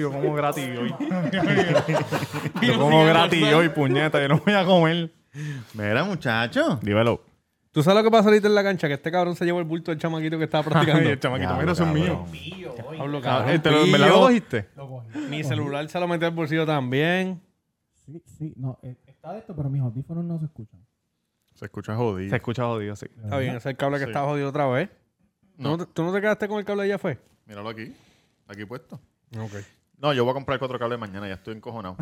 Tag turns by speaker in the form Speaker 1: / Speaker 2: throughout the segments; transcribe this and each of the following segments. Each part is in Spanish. Speaker 1: Yo como gratis hoy. Yo como gratis hoy, puñeta. Yo no voy a comer.
Speaker 2: Mira, muchacho.
Speaker 1: Dímelo.
Speaker 3: ¿Tú sabes lo que pasa ahorita en la cancha? Que este cabrón se llevó el bulto del chamaquito que estaba practicando.
Speaker 1: Ay, el chamaquito, mira, eso es mío.
Speaker 3: Pablo, cabrón,
Speaker 1: Cabrón, ¿Te este lo, ¿Me la
Speaker 3: pillo.
Speaker 1: cogiste?
Speaker 3: Mi celular se lo metió al bolsillo también.
Speaker 4: Sí, sí, no, eh, está de esto, pero mis audífonos no se escuchan.
Speaker 2: Se escucha jodido.
Speaker 1: Se escucha jodido, sí.
Speaker 3: Está bien, ese es el cable que está jodido otra vez. ¿Tú no te- ¿Tú no te quedaste con el cable ya fue? Ah,
Speaker 2: Míralo aquí. Aquí puesto.
Speaker 3: Ok.
Speaker 2: No, yo voy a comprar cuatro cables mañana. Ya estoy encojonado.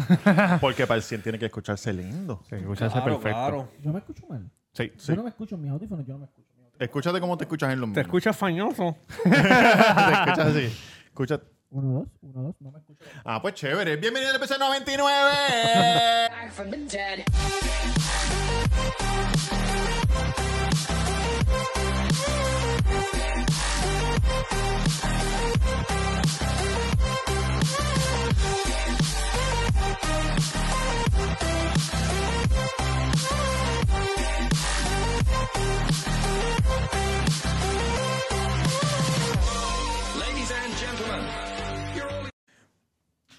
Speaker 2: Porque para el 100 tiene que escucharse lindo.
Speaker 1: Ah. Se escucha ese perfecto.
Speaker 4: Yo me escucho mal.
Speaker 1: Sí, sí.
Speaker 4: Yo no me escucho, mis audífonos yo no me escucho. mis audífonos.
Speaker 2: Escúchate cómo te escuchas en los
Speaker 3: Te
Speaker 2: míos.
Speaker 3: escuchas fañoso.
Speaker 2: te escuchas así. Escucha.
Speaker 4: Uno, dos, uno, dos, no me escucho.
Speaker 2: Ah, pues chévere. Bienvenido al PC 99.
Speaker 5: back from the dead.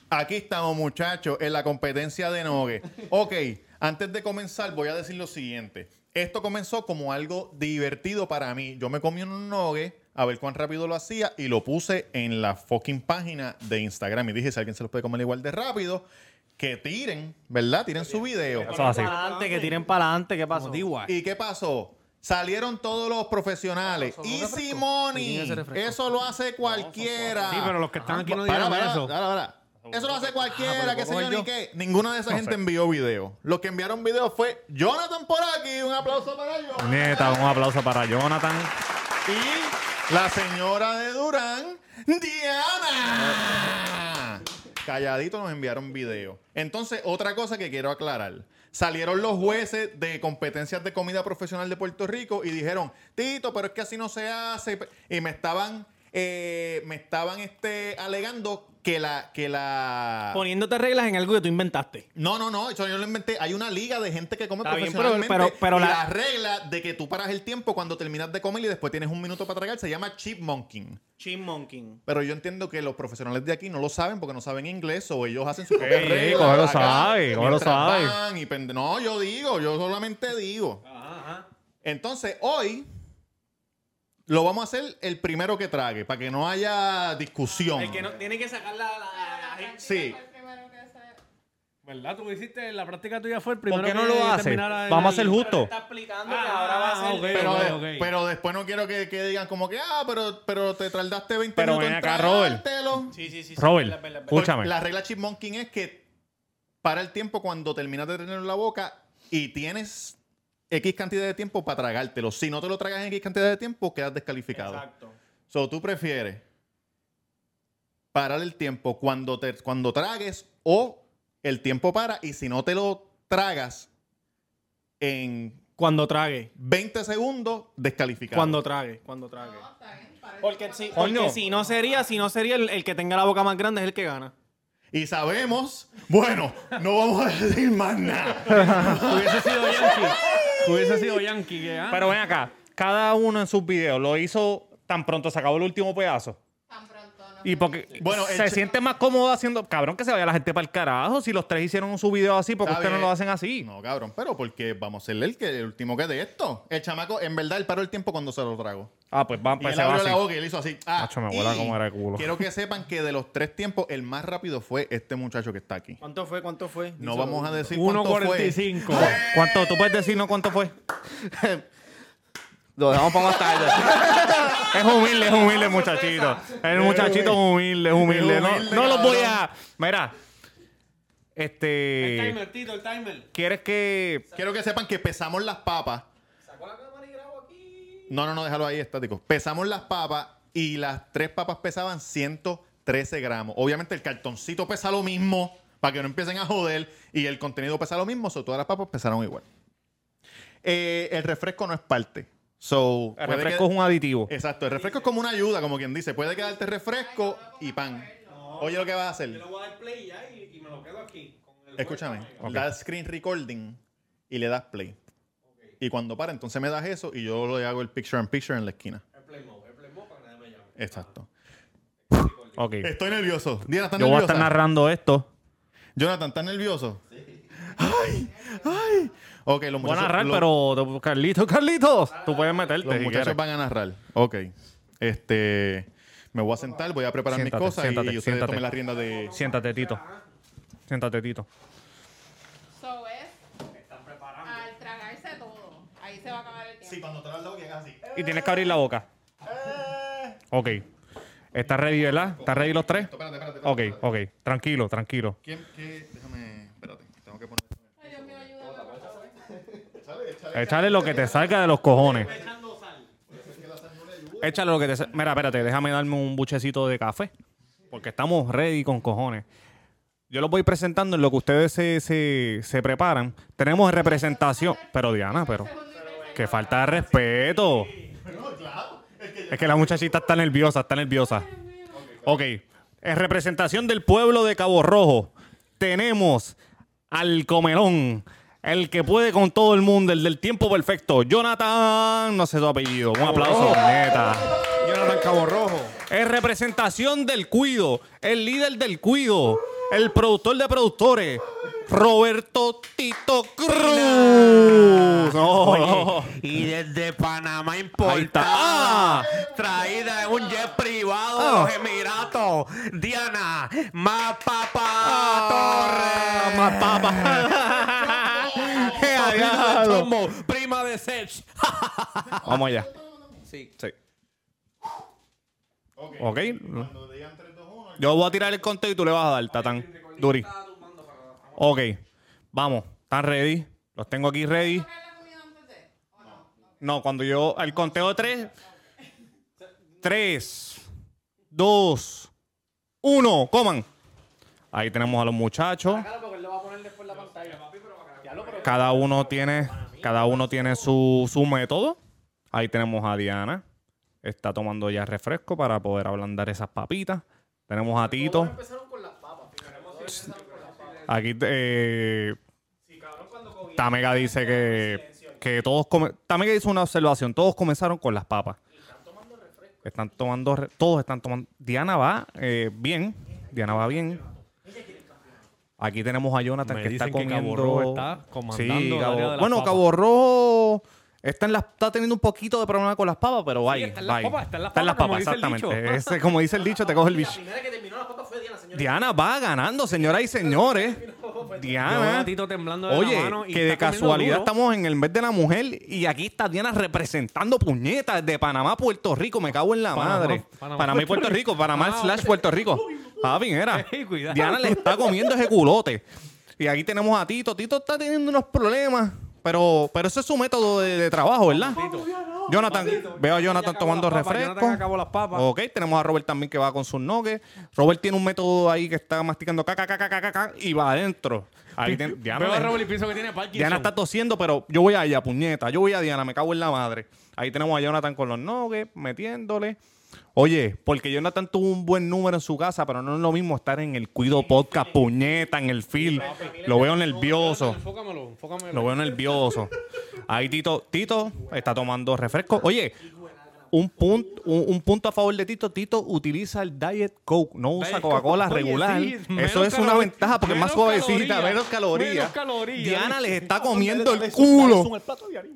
Speaker 2: Aquí estamos, muchachos, en la competencia de Nogue. Ok, antes de comenzar, voy a decir lo siguiente. Esto comenzó como algo divertido para mí. Yo me comí un Nogue a ver cuán rápido lo hacía y lo puse en la fucking página de Instagram. Y dije, si alguien se los puede comer igual de rápido, que tiren, ¿verdad? Tiren su video.
Speaker 1: Eso es así.
Speaker 6: Para adelante, que tiren para adelante, ¿qué pasó?
Speaker 2: ¿Y qué pasó? Salieron todos los profesionales. Y Simoni, eso lo hace cualquiera.
Speaker 6: Sí, pero los que
Speaker 1: Ah,
Speaker 6: están aquí no
Speaker 2: Para,
Speaker 6: dijeron
Speaker 2: para,
Speaker 6: eso.
Speaker 2: para, para. Eso Ah, lo hace cualquiera, que
Speaker 1: ¿puedo
Speaker 2: señor
Speaker 1: yo?
Speaker 2: y qué. Ninguna de esa gente envió video. Los que enviaron video fue Jonathan por aquí. Un aplauso para Jonathan.
Speaker 1: Neta, un aplauso para Jonathan.
Speaker 2: Y la señora de Durán, Diana. Calladito nos enviaron video. Entonces, otra cosa que quiero aclarar. Salieron los jueces de competencias de comida profesional de Puerto Rico y dijeron, Tito, pero es que así no se hace. Y me estaban, eh, me estaban este, alegando que la, que la.
Speaker 6: Poniéndote reglas en algo que tú inventaste.
Speaker 2: No, no, no, eso yo lo inventé. Hay una liga de gente que come
Speaker 6: Está bien, pero-
Speaker 2: profesionalmente.
Speaker 6: pero- pero
Speaker 2: y la...
Speaker 6: la-
Speaker 2: regla de que tú paras el tiempo cuando terminas de comer y después tienes un minuto para tragar se llama chipmunking.
Speaker 6: Chipmunking.
Speaker 2: Pero yo entiendo que los profesionales de aquí no lo saben porque no saben inglés o ellos hacen su propia
Speaker 1: Ey, ey,
Speaker 2: regla.
Speaker 1: cógelo
Speaker 2: acá,
Speaker 1: suave, cógelo
Speaker 2: mientras
Speaker 1: suave.
Speaker 2: van y pende- No, yo digo, yo solamente digo. Entonces, hoy lo vamos a hacer el primero que trague para que no haya discusión.
Speaker 6: El que no, tiene que sacar la... la- la-
Speaker 2: Sí.
Speaker 3: ¿Verdad? Tú hiciste, la práctica tuya fue el
Speaker 1: ¿Por
Speaker 3: primero
Speaker 1: qué no
Speaker 3: que
Speaker 1: lo hace?
Speaker 3: terminara el-
Speaker 1: Vamos a ser justos.
Speaker 6: Está explicando que
Speaker 3: Ah,
Speaker 6: ahora va a ser...
Speaker 3: ok.
Speaker 2: Pero,
Speaker 3: Ok,
Speaker 2: de-
Speaker 3: ok.
Speaker 1: pues,
Speaker 2: pero después no quiero que, que digan como que, ah, pero, pero te tardaste 20
Speaker 1: Pero
Speaker 2: minutos
Speaker 1: ven
Speaker 2: en
Speaker 1: acá, Robert.
Speaker 2: tragártelo.
Speaker 6: Sí, sí, sí. sí,
Speaker 1: Robert,
Speaker 6: verdad, verdad, verdad.
Speaker 2: Porque
Speaker 1: escúchame.
Speaker 2: La regla chipmunking es que para el tiempo cuando terminas de tenerlo en la boca y tienes X cantidad de tiempo para tragártelo. Si no te lo tragas en X cantidad de tiempo, quedas descalificado.
Speaker 6: Exacto.
Speaker 2: So, tú prefieres parar el tiempo cuando, te, cuando tragues o el tiempo para y si no te lo tragas en
Speaker 6: Cuando trague.
Speaker 2: 20 segundos, descalificado.
Speaker 6: Cuando trague. Cuando trague. Porque si, porque si no sería, si no sería el, el que tenga la boca más grande es el que gana.
Speaker 2: Y sabemos, bueno, no vamos a decir más nada.
Speaker 3: Hubiese sido Yankee. Hubiese sido Yankee. que, ah,
Speaker 1: Pero ven acá, cada uno en sus videos lo hizo tan pronto, se acabó el último pedazo.
Speaker 5: Tan pronto, no.
Speaker 1: Y porque
Speaker 2: Bueno, el
Speaker 1: se
Speaker 2: ch-
Speaker 1: siente más cómodo haciendo. Cabrón, que se vaya la gente para el carajo. Si los tres hicieron su video así, porque
Speaker 2: Está
Speaker 1: ustedes no
Speaker 2: bien.
Speaker 1: lo hacen así.
Speaker 2: No, cabrón, pero porque vamos a ser el, que, el último que de esto. El chamaco, en verdad, él paró el tiempo cuando se lo tragó.
Speaker 1: Ah, pues van,
Speaker 2: Y
Speaker 1: pues se
Speaker 2: él
Speaker 1: va
Speaker 2: abrió
Speaker 1: así.
Speaker 2: la boca y él hizo así. Ah,
Speaker 1: Nacho, me huele a
Speaker 2: y
Speaker 1: como era el culo.
Speaker 2: Quiero que sepan que de los tres tiempos, el más rápido fue este muchacho que está aquí.
Speaker 6: ¿Cuánto fue? ¿Cuánto fue?
Speaker 2: No vamos a decir cuánto fue.
Speaker 3: 1.45.
Speaker 1: ¿Cu- ¿Cuánto? ¿Tú puedes decirnos cuánto fue?
Speaker 7: Lo dejamos para más tarde.
Speaker 1: Es humilde, es humilde, muchachito. El muchachito es humilde, es humilde.
Speaker 2: Es
Speaker 1: No,
Speaker 2: humilde,
Speaker 1: no los voy a.
Speaker 2: cabrón.
Speaker 1: Mira. Este.
Speaker 6: Tito, el timer.
Speaker 1: ¿Quieres que.?
Speaker 2: Quiero que sepan que pesamos las papas. No, no, no, déjalo ahí estático. Pesamos las papas y las tres papas pesaban 113 gramos. Obviamente el cartoncito pesa lo mismo para que no empiecen a joder y el contenido pesa lo mismo, so todas las papas pesaron igual. Eh, el refresco no es parte. So,
Speaker 1: El
Speaker 2: puede
Speaker 1: refresco
Speaker 2: que-
Speaker 1: es
Speaker 2: Eh,
Speaker 1: un aditivo.
Speaker 2: Exacto, el refresco es como una ayuda, como quien dice. Puede quedarte refresco y pan. Oye, lo que vas a hacer.
Speaker 6: voy a dar play ya y, me lo quedo aquí.
Speaker 2: Escúchame, da screen recording y le das play. Y cuando para, entonces me das eso y yo le hago el picture and picture en la esquina. Exacto.
Speaker 1: Ok.
Speaker 2: Estoy nervioso. Diana, ¿estás
Speaker 1: Yo voy a
Speaker 2: eh, nerviosa?
Speaker 1: estar narrando esto.
Speaker 2: Jonathan, ¿estás nervioso? Sí. ¡Ay! ¡Ay! Ok, los
Speaker 1: Voy a
Speaker 2: muchachos,
Speaker 1: narrar,
Speaker 2: los-
Speaker 1: pero Carlitos, Carlitos, tú puedes
Speaker 2: los
Speaker 1: meterte si
Speaker 2: muchachos
Speaker 1: quieres.
Speaker 2: van a narrar. Ok. Este... Me voy a sentar, voy a preparar
Speaker 1: Siéntate,
Speaker 2: mis cosas
Speaker 1: siéntate,
Speaker 2: y ustedes
Speaker 1: siéntate.
Speaker 2: tomen la rienda de...
Speaker 1: Siéntate, Tito. Siéntate, Tito.
Speaker 8: So es al tragarse todo. Ahí se va a acabar el tiempo.
Speaker 2: cuando te lo que así.
Speaker 1: Y tienes que abrir la boca.
Speaker 2: Eh.
Speaker 1: Ok. ¿Estás ready, verdad? ¿Estás ready los tres?
Speaker 2: Espérate, espérate.
Speaker 1: Ok, ok. Tranquilo, tranquilo.
Speaker 2: ¿Quién? ¿Qué? Déjame... Espérate. Tengo que poner...
Speaker 8: Ay, Dios mío, ayúdame, por favor.
Speaker 1: Échale lo que te salga de los cojones. Échale lo que te salga. Mira, espérate, déjame darme un buchecito de café. Porque estamos ready con cojones. Yo los voy presentando en lo que ustedes se, se, se preparan. Tenemos representación. Pero Diana, pero. Que falta de respeto. Es que la muchachita está nerviosa, está nerviosa. Ok. En representación del pueblo de Cabo Rojo, tenemos al comelón, el que puede con todo el mundo, el del tiempo perfecto, Jonathan, no sé su apellido. Un aplauso, neta.
Speaker 3: Jonathan Cabo Rojo.
Speaker 1: En representación del Cuido, el líder del Cuido, el productor de productores, Roberto Tito Cruz. No, no.
Speaker 3: Y desde Panamá
Speaker 1: Ahí está. ¡Ah!
Speaker 3: traída en un jet privado
Speaker 1: Ah.
Speaker 3: Emiratos, Diana Mapapa
Speaker 1: Más papa. ¡Qué diablo!
Speaker 3: prima de Sech.
Speaker 1: Vamos allá.
Speaker 3: Sí.
Speaker 1: Sí.
Speaker 2: Ok.
Speaker 1: Ok.
Speaker 2: Cuando digan 3, 2, 1...
Speaker 1: Yo voy a tirar el conteo y tú le vas a dar, Tatán. Duri. Ok. Vamos. ¿Están ready? Los tengo aquí ready.
Speaker 8: ¿Sacar la comida antes de? ¿O no?
Speaker 1: No, cuando yo. Al conteo 3. 3, 2, 1. Coman. Ahí tenemos a los muchachos. Cada uno tiene, cada uno tiene su, su método. Ahí tenemos a Diana. Está tomando ya refresco para poder ablandar esas papitas. Tenemos a Tito. Aquí eh, Tamega dice que, que todos come- Tamega hizo una observación. Todos comenzaron con las papas. Están tomando re- todos están tomando. Diana va eh, bien. Diana va bien. Aquí tenemos a Jonathan
Speaker 3: Me
Speaker 1: que está
Speaker 3: dicen que
Speaker 1: comiendo.
Speaker 3: Cabo Rojo está comandando
Speaker 1: Sí,
Speaker 3: el
Speaker 1: Cabo-
Speaker 3: área de las
Speaker 1: bueno,
Speaker 3: papas.
Speaker 1: Cabo Rojo está, en las- está teniendo un poquito de problema con las papas, pero vaya.
Speaker 3: está en las
Speaker 1: vaya.
Speaker 3: papas, está en las papas, como dice el
Speaker 1: exactamente.
Speaker 3: dicho.
Speaker 1: Ese, como dice el dicho, te coge el bicho. Diana va ganando, señoras y señores.
Speaker 3: Ah,
Speaker 1: Diana.
Speaker 3: Tito temblando de la
Speaker 1: Oye,
Speaker 3: mano y
Speaker 1: que de
Speaker 3: está comiendo
Speaker 1: casualidad
Speaker 3: duro.
Speaker 1: estamos en el mes de la mujer y aquí está Diana representando puñetas de Panamá a Puerto Rico. Me cago en la
Speaker 3: Panamá,
Speaker 1: madre. Panamá,
Speaker 3: Panamá,
Speaker 1: y Puerto Rico. Panamá
Speaker 3: Ah,
Speaker 1: slash Puerto Rico. Papi, mira.
Speaker 3: Ey, cuidado.
Speaker 1: Diana le está comiendo ese culote. Y aquí tenemos a Tito. Tito está teniendo unos problemas. Pero, pero ese es su método de, de trabajo, ¿verdad? Jonathan, veo a Jonathan
Speaker 3: acabó
Speaker 1: tomando
Speaker 3: las papas,
Speaker 1: refresco.
Speaker 3: Jonathan acabó las papas.
Speaker 1: Ok, tenemos a Robert también que va con sus nuggets. Robert tiene un método ahí que está masticando caca, caca, caca, caca y va adentro. Ahí ten- Diana
Speaker 3: Veo a
Speaker 1: le-
Speaker 3: Raúl y pienso que tiene Parkinson.
Speaker 1: Diana está tosiendo, pero yo voy a ella, puñeta. Yo voy a Diana, me cago en la madre. Ahí tenemos a Jonathan con los nuggets, metiéndole. Oye, porque Jonathan tuvo un buen número en su casa, pero no es lo mismo estar en el Cuido Podcast, puñeta, en el film. Lo veo nervioso.
Speaker 3: Enfócamelo, enfócamelo.
Speaker 1: Lo veo nervioso. Ahí Tito, Tito está tomando refresco. Oye, un punto, un, un punto a favor de Tito, Tito utiliza el Diet Coke, no usa
Speaker 3: Diet
Speaker 1: Coca-Cola
Speaker 3: Coke. Oye,
Speaker 1: regular.
Speaker 3: sí, menos
Speaker 1: Eso es una
Speaker 3: calor-
Speaker 1: ventaja porque es más
Speaker 3: menos
Speaker 1: suavecita,
Speaker 3: calorías,
Speaker 1: menos calorías.
Speaker 3: menos calorías.
Speaker 1: Diana les está comiendo el culo.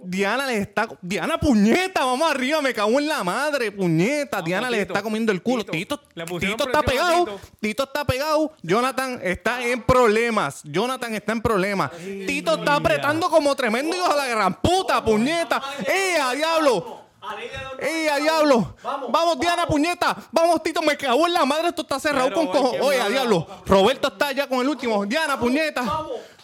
Speaker 1: Diana les está Diana puñeta, vamos arriba, me cago en la madre, puñeta. Diana les
Speaker 3: Tito,
Speaker 1: está comiendo el culo.
Speaker 3: Tito.
Speaker 1: Tito,
Speaker 3: Le
Speaker 1: Tito,
Speaker 3: pusieron
Speaker 1: está
Speaker 3: presión a
Speaker 1: pegado.
Speaker 3: Tito.
Speaker 1: Tito está pegado. Jonathan está en problemas. Jonathan está en problemas. Tito está apretando como tremendo hijo de la gran puta, puñeta. ¡Eh, a diablo! ¡Eh, a diablo! ¡Vamos, Diana, puñeta! ¡Vamos, Tito! Me cago en la madre. Esto está cerrado
Speaker 3: Pero,
Speaker 1: con cojo.
Speaker 3: oye,
Speaker 1: Oye, a
Speaker 3: mala
Speaker 1: diablo. Roberto está ya con el último. Diana, puñeta.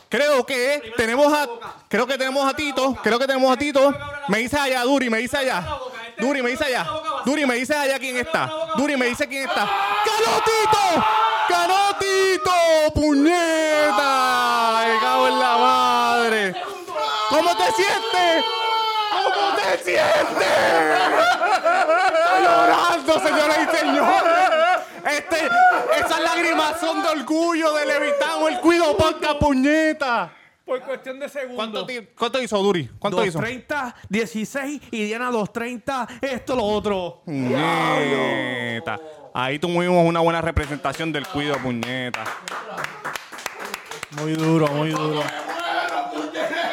Speaker 1: Creo que es- tenemos a. Creo que tenemos a Tito. Creo que tenemos a Tito. Me dice allá, Duri, me dice allá.
Speaker 3: este
Speaker 1: Duri, me dice allá. Duri, me dice allá quién está. Duri, me dice quién está.
Speaker 3: ¡Ah!
Speaker 1: ¡Ganó Tito! ¡Ganó Tito!
Speaker 3: ¡Ah!
Speaker 1: ¡Puñeta! ¡Me cago en la madre! ¿Cómo te sientes? ¿Cómo te sientes? Está llorando, señoras y señores. Este, esas lágrimas son de orgullo de Levitán, el cuido porca puñeta.
Speaker 4: Por cuestión de segundos.
Speaker 9: ¿Cuánto, ti- cuánto hizo Duri? ¿Cuánto hizo?
Speaker 4: 230, 16 y Diana 230, esto, lo otro.
Speaker 9: Puñeta. Ahí tuvimos una buena representación del cuido, puñeta.
Speaker 4: Muy duro, muy duro.
Speaker 8: Mira,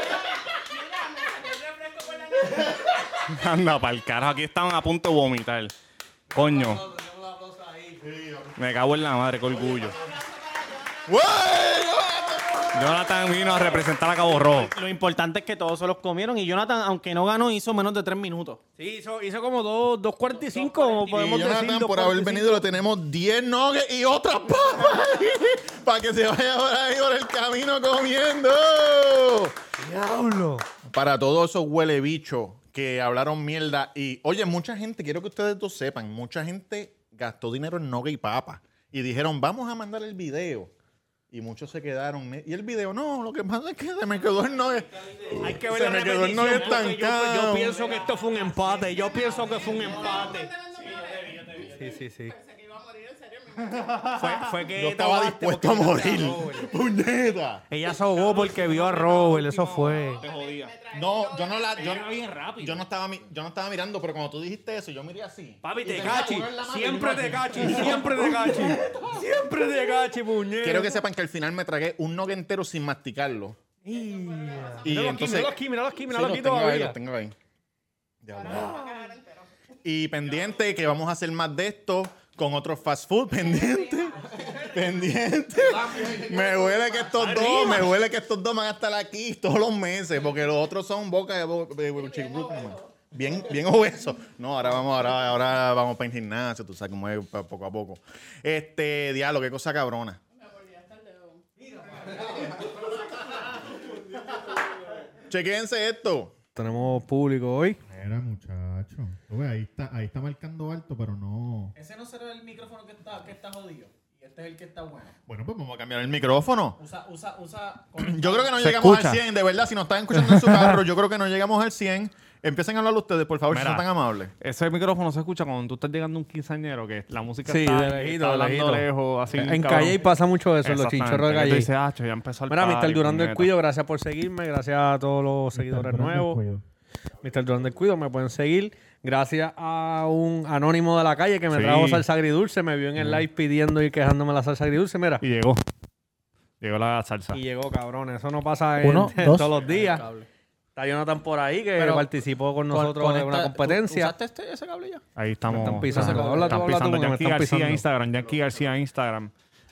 Speaker 8: me sacó el refresco por la nariz.
Speaker 9: Anda, para el carajo. Aquí estaban a punto de vomitar. Coño. Me cago en la madre, qué orgullo. Jonathan vino a representar a Cabo Rojo.
Speaker 1: Lo importante es que todos se los comieron y Jonathan, aunque no ganó, hizo menos de tres minutos.
Speaker 4: Sí, hizo, hizo como dos- 2.45, como
Speaker 2: Y
Speaker 4: podemos decir.
Speaker 2: Jonathan, por haber
Speaker 4: 2.45.
Speaker 2: venido, le tenemos 10 nuggets y otras papas para que se vaya por ahí por el camino comiendo.
Speaker 4: Diablo.
Speaker 2: Para todos esos huele bicho que hablaron mierda y, oye, mucha gente, quiero que ustedes lo sepan, mucha gente gastó dinero en nogue y papa y dijeron, vamos a mandar el video. Y muchos se quedaron. "Me- Y el video, no, lo que pasa es que se me quedó el nugget.
Speaker 4: Hay que ver
Speaker 2: Se
Speaker 4: la
Speaker 2: me quedó el
Speaker 4: repetición,
Speaker 2: nugget
Speaker 4: porque yo, yo
Speaker 2: estancado.
Speaker 4: pienso que esto fue un empate. Yo pienso que fue un empate.
Speaker 8: Pensando en morir.
Speaker 4: Sí, sí, sí.
Speaker 8: Pensé que iba a morir, en serio.
Speaker 4: Fue, fue que
Speaker 2: Yo estaba
Speaker 4: te ahogaste
Speaker 2: dispuesto a
Speaker 4: porque
Speaker 2: morir.
Speaker 4: mataste a Robert.
Speaker 2: ¡Puñeta!
Speaker 4: Ella se ahogó porque vio a Robert, eso fue.
Speaker 2: No, yo no la. Yo,
Speaker 4: Era bien rápido.
Speaker 2: Yo no, estaba, mi- yo no estaba mirando, pero cuando tú dijiste eso, yo miré así.
Speaker 4: Papi,
Speaker 2: Y
Speaker 4: te
Speaker 2: tenía
Speaker 4: cachi.
Speaker 2: la mujer en la mano
Speaker 4: Siempre
Speaker 2: y yo
Speaker 4: te
Speaker 2: así.
Speaker 4: cachi. Siempre te cachi. Siempre te cachi, puñet.
Speaker 2: Quiero que sepan que al final me tragué un nogue entero sin masticarlo. Y
Speaker 4: Míralo aquí,
Speaker 2: entonces-
Speaker 4: míralo aquí, míralo aquí,
Speaker 2: Sí,
Speaker 4: míralo
Speaker 2: los
Speaker 4: aquí
Speaker 2: tengo ahí,
Speaker 4: todavía.
Speaker 2: los tengo ahí. Diablo.
Speaker 8: entero.
Speaker 2: Y pendiente que vamos a hacer más de esto con otros fast food. Pendiente. pendiente. me huele que estos dos, me huele que estos dos van a estar aquí todos los meses, porque los otros son boca de, bo- de Chick Brookman. Bien, bien obeso. No, ahora vamos, ahora, ahora vamos para el gimnasio, tú sabes cómo es pa- poco a poco. Este, diálogo, qué cosa cabrona. Chequense esto.
Speaker 3: Tenemos público hoy.
Speaker 10: Era muchacho. Tú ves, ahí está, ahí está marcando alto, pero no.
Speaker 1: Ese no será el micrófono que está, que está jodido. Y este es el que está bueno.
Speaker 2: Bueno, pues vamos a cambiar el micrófono.
Speaker 1: Usa, usa, usa.
Speaker 2: Yo creo que no
Speaker 9: Se
Speaker 2: llegamos
Speaker 9: escucha.
Speaker 2: al 100, de verdad. Si nos están escuchando en su carro, yo creo que no llegamos al 100. Empiecen a hablar ustedes, por favor, si
Speaker 9: Mira.
Speaker 2: son tan amables.
Speaker 9: Ese micrófono se escucha cuando tú estás llegando a un quinceañero, que la música
Speaker 3: Sí,
Speaker 9: está,
Speaker 3: de lejito,
Speaker 9: está
Speaker 3: de
Speaker 9: hablando
Speaker 3: lejito.
Speaker 9: lejos, así.
Speaker 3: En
Speaker 9: cabrón.
Speaker 3: calle y pasa mucho eso, en los
Speaker 9: Exactamente.
Speaker 3: chinchorros de
Speaker 9: Que tú dices,
Speaker 3: calle.
Speaker 9: "Acho, ya empezó el
Speaker 3: Mira, Mr.
Speaker 9: party,
Speaker 3: Durán del
Speaker 9: puñeta".
Speaker 3: Cuido, gracias por seguirme. Gracias a todos los seguidores
Speaker 1: este.
Speaker 3: nuevos. Mr. Durán del Cuido, me pueden seguir. Gracias a un anónimo de la calle que me
Speaker 9: Sí.
Speaker 3: trajo salsa agridulce. Me vio en el live pidiendo y quejándome la salsa agridulce. Mira.
Speaker 9: Y llegó. Llegó la salsa.
Speaker 3: Y llegó, cabrón. Eso no pasa en,
Speaker 10: Uno,
Speaker 3: en
Speaker 10: dos.
Speaker 3: todos los días. Está Jonathan por ahí que
Speaker 4: Pero
Speaker 3: participó con nosotros en una competencia.
Speaker 4: ¿Usaste este, ese cable ya?
Speaker 9: Ahí estamos.
Speaker 3: Me están pisando.
Speaker 9: Están
Speaker 3: Habla tú, habla tú,
Speaker 9: pisando.
Speaker 3: porque me
Speaker 9: Yankee
Speaker 3: están
Speaker 9: García
Speaker 3: pisando.
Speaker 9: Instagram. Yankee García Instagram.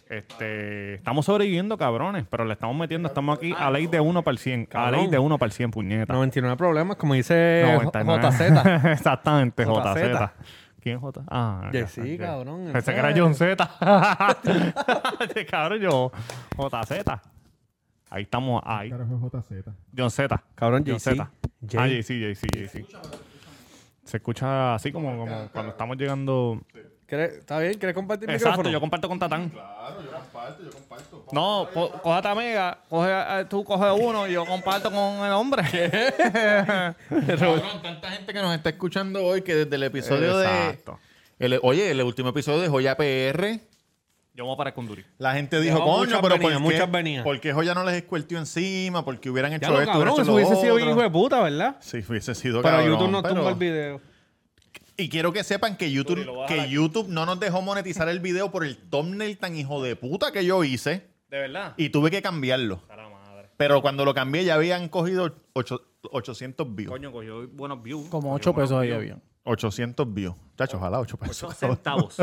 Speaker 9: Este, estamos sobreviviendo, cabrones, pero le estamos metiendo. Estamos aquí a ley de 1 para el 100. A ley
Speaker 3: Cabrón.
Speaker 9: de 1 para el 100, puñeta.
Speaker 3: 99 problemas, como dice
Speaker 9: 99.
Speaker 3: JZ.
Speaker 9: Exactamente, JZ.
Speaker 3: JZ.
Speaker 9: ¿Quién es J? Ah,
Speaker 3: Jay,
Speaker 9: ya,
Speaker 3: sí,
Speaker 9: Jay.
Speaker 3: cabrón,
Speaker 9: Pensé que era
Speaker 3: ¿sabes?
Speaker 9: John Z. Este cabrón, yo. JZ. Ahí estamos, ahí.
Speaker 10: Carajo, JZ.
Speaker 9: John Z.
Speaker 3: Cabrón,
Speaker 9: John
Speaker 3: Jay-Z.
Speaker 9: Z.
Speaker 3: Jay.
Speaker 9: Ah, Jay, sí, Jay, sí, Jay, sí. Se escucha así como, como cuando estamos llegando.
Speaker 3: ¿Quieres- ¿Está bien? ¿Quieres compartir el
Speaker 9: Exacto,
Speaker 3: micrófono?
Speaker 9: yo comparto con Tatán. Claro, yo comparto, yo comparto. No, coja Tamega, coge, eh, tú coge uno y yo comparto con el hombre.
Speaker 2: Cabrón, tanta gente que nos está escuchando hoy que desde el episodio
Speaker 9: Exacto.
Speaker 2: de. el- oye, el último episodio de Joya PR.
Speaker 9: Yo voy para Conduri.
Speaker 2: La gente dijo,
Speaker 3: Llegó
Speaker 2: coño,
Speaker 3: muchas
Speaker 2: pero
Speaker 3: venidas,
Speaker 2: ¿por, qué,
Speaker 3: muchas venidas".
Speaker 2: ¿por qué Joya no les escueltió encima? ¿Por qué hubieran
Speaker 3: Ya
Speaker 2: hecho
Speaker 3: lo
Speaker 2: esto?
Speaker 3: cabrón,
Speaker 2: hubieran
Speaker 3: eso
Speaker 2: hecho
Speaker 3: hubiese
Speaker 2: lo
Speaker 3: sido
Speaker 2: otro?
Speaker 3: hijo de puta, ¿verdad?
Speaker 2: Sí, hubiese sido
Speaker 3: Pero
Speaker 2: cabrón,
Speaker 3: YouTube nos
Speaker 2: pero-
Speaker 3: tumba el video.
Speaker 2: Y quiero que sepan que YouTube, que YouTube no nos dejó monetizar el video por el thumbnail tan hijo de puta que yo hice.
Speaker 9: ¿De verdad?
Speaker 2: Y tuve que cambiarlo.
Speaker 9: Para madre.
Speaker 2: Pero cuando lo cambié ya habían cogido ocho- 800 views.
Speaker 9: Coño, cogió buenos views.
Speaker 4: Como 8 pesos ahí había.
Speaker 2: 800 views. Chacho, ojalá 8 pesos.
Speaker 9: Ocho centavos.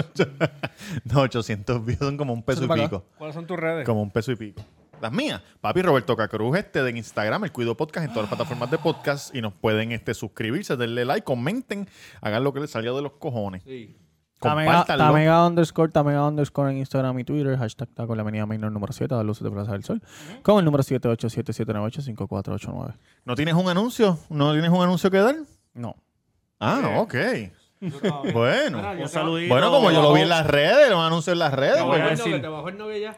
Speaker 2: No, 800 views son como un peso y pico.
Speaker 3: ¿Cuáles son tus redes?
Speaker 2: Como un peso y pico. Las mías. Papi Roberto Cacruz, este de Instagram, el Cuido Podcast en todas las plataformas de podcast. Y nos pueden este, suscribirse, denle like, comenten, hagan lo que les salga de los cojones.
Speaker 4: Tamega,
Speaker 2: Compártanlo.
Speaker 4: Tamega underscore, Tamega underscore en Instagram y Twitter. Hashtag taco en la avenida Maynor número 7, a las luces de Plaza del Sol. Con el número 787-798-5489.
Speaker 2: ¿No tienes un anuncio? ¿No tienes un anuncio que dar?
Speaker 4: No.
Speaker 2: Ah, ok. Bueno.
Speaker 9: Un saludito.
Speaker 2: Bueno, como yo lo vi en las redes, los anuncios en las redes.
Speaker 9: voy a
Speaker 2: pues.
Speaker 9: decir.
Speaker 3: bajó el novio ya.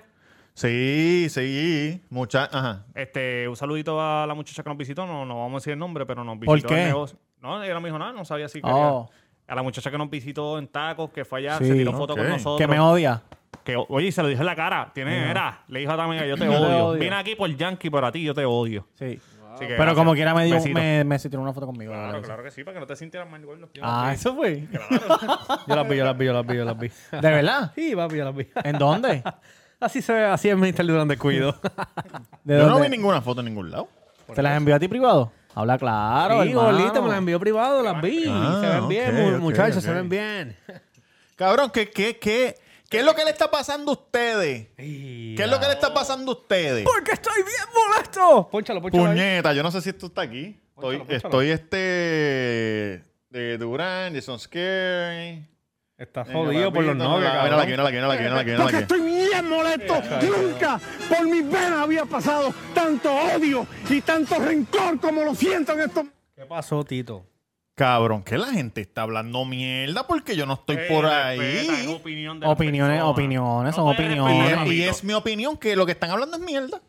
Speaker 2: Sí, sí. Mucha... Ajá.
Speaker 9: Este, un saludito a la muchacha que nos visitó, no, no vamos a decir el nombre, pero nos visitó
Speaker 4: ¿Por
Speaker 9: el
Speaker 4: qué?
Speaker 9: negocio. No, ella no me dijo nada, no sabía si quería.
Speaker 4: Oh.
Speaker 9: A la muchacha que nos visitó en tacos, que fue allá,
Speaker 4: Sí.
Speaker 9: se tiró foto
Speaker 2: Ok.
Speaker 9: con nosotros.
Speaker 4: Que me odia.
Speaker 9: Que, o- oye, y se lo dijo en la cara. Tiene, era, le dijo a Tamega, yo te
Speaker 4: Yo te
Speaker 9: odio.
Speaker 4: odio.
Speaker 9: Vine aquí por Yankee, pero a ti yo te odio.
Speaker 4: Sí.
Speaker 9: Así que
Speaker 4: Pero como
Speaker 9: gracias.
Speaker 4: quiera me, dio,
Speaker 9: Besito.
Speaker 4: me, me se tiró una foto conmigo. la
Speaker 9: Claro,
Speaker 4: verdad.
Speaker 9: claro que sí, para que no te sintieras mal, gordo.
Speaker 4: Ah, eso fue.
Speaker 3: Yo las vi, yo las vi, yo las vi, yo las vi.
Speaker 4: ¿De verdad?
Speaker 3: Sí, papi, yo las vi.
Speaker 4: ¿En dónde?
Speaker 3: Así se ve, así es Mr. Durante Cuido.
Speaker 4: ¿De
Speaker 2: Yo no
Speaker 4: dónde?
Speaker 2: vi ninguna foto en ningún lado.
Speaker 4: ¿Te las envió a ti privado? Habla claro,
Speaker 3: Sí,
Speaker 4: hermano.
Speaker 3: bolita, me las envió privado, las vi.
Speaker 2: Ah,
Speaker 3: se ven
Speaker 2: ok,
Speaker 3: bien,
Speaker 2: ok,
Speaker 3: muchachos,
Speaker 2: ok.
Speaker 3: se ven bien.
Speaker 2: Cabrón, ¿qué, qué, qué, ¿qué es lo que le está pasando a ustedes? ¿Qué es lo que le está pasando a ustedes?
Speaker 3: Porque estoy bien molesto. Pónchalo, pónchalo. ahí.
Speaker 2: Puñeta, yo no sé si esto está aquí. Estoy,
Speaker 3: Pónchalo, pónchalo.
Speaker 2: estoy este. De Durán, Jason Scary.
Speaker 3: Está jodido por los novios,
Speaker 2: Mírala aquí,
Speaker 3: cabrón.
Speaker 2: mírala aquí, mírala aquí, mírala aquí, mírala aquí.
Speaker 11: bien molesto. Nunca por mis venas había pasado tanto odio y tanto rencor como lo siento en estos
Speaker 3: ¿Qué pasó, Tito?
Speaker 2: Cabrón, que la gente está hablando mierda porque yo no estoy
Speaker 9: Ey,
Speaker 2: por
Speaker 9: respeta, es
Speaker 2: ahí.
Speaker 9: opinión de la
Speaker 4: Opiniones,
Speaker 9: persona.
Speaker 4: opiniones,
Speaker 9: No
Speaker 4: son
Speaker 9: puedes
Speaker 2: Y
Speaker 9: respetar,
Speaker 4: opiniones.
Speaker 2: es, y
Speaker 9: amigo.
Speaker 2: es mi opinión que lo que están hablando es mierda.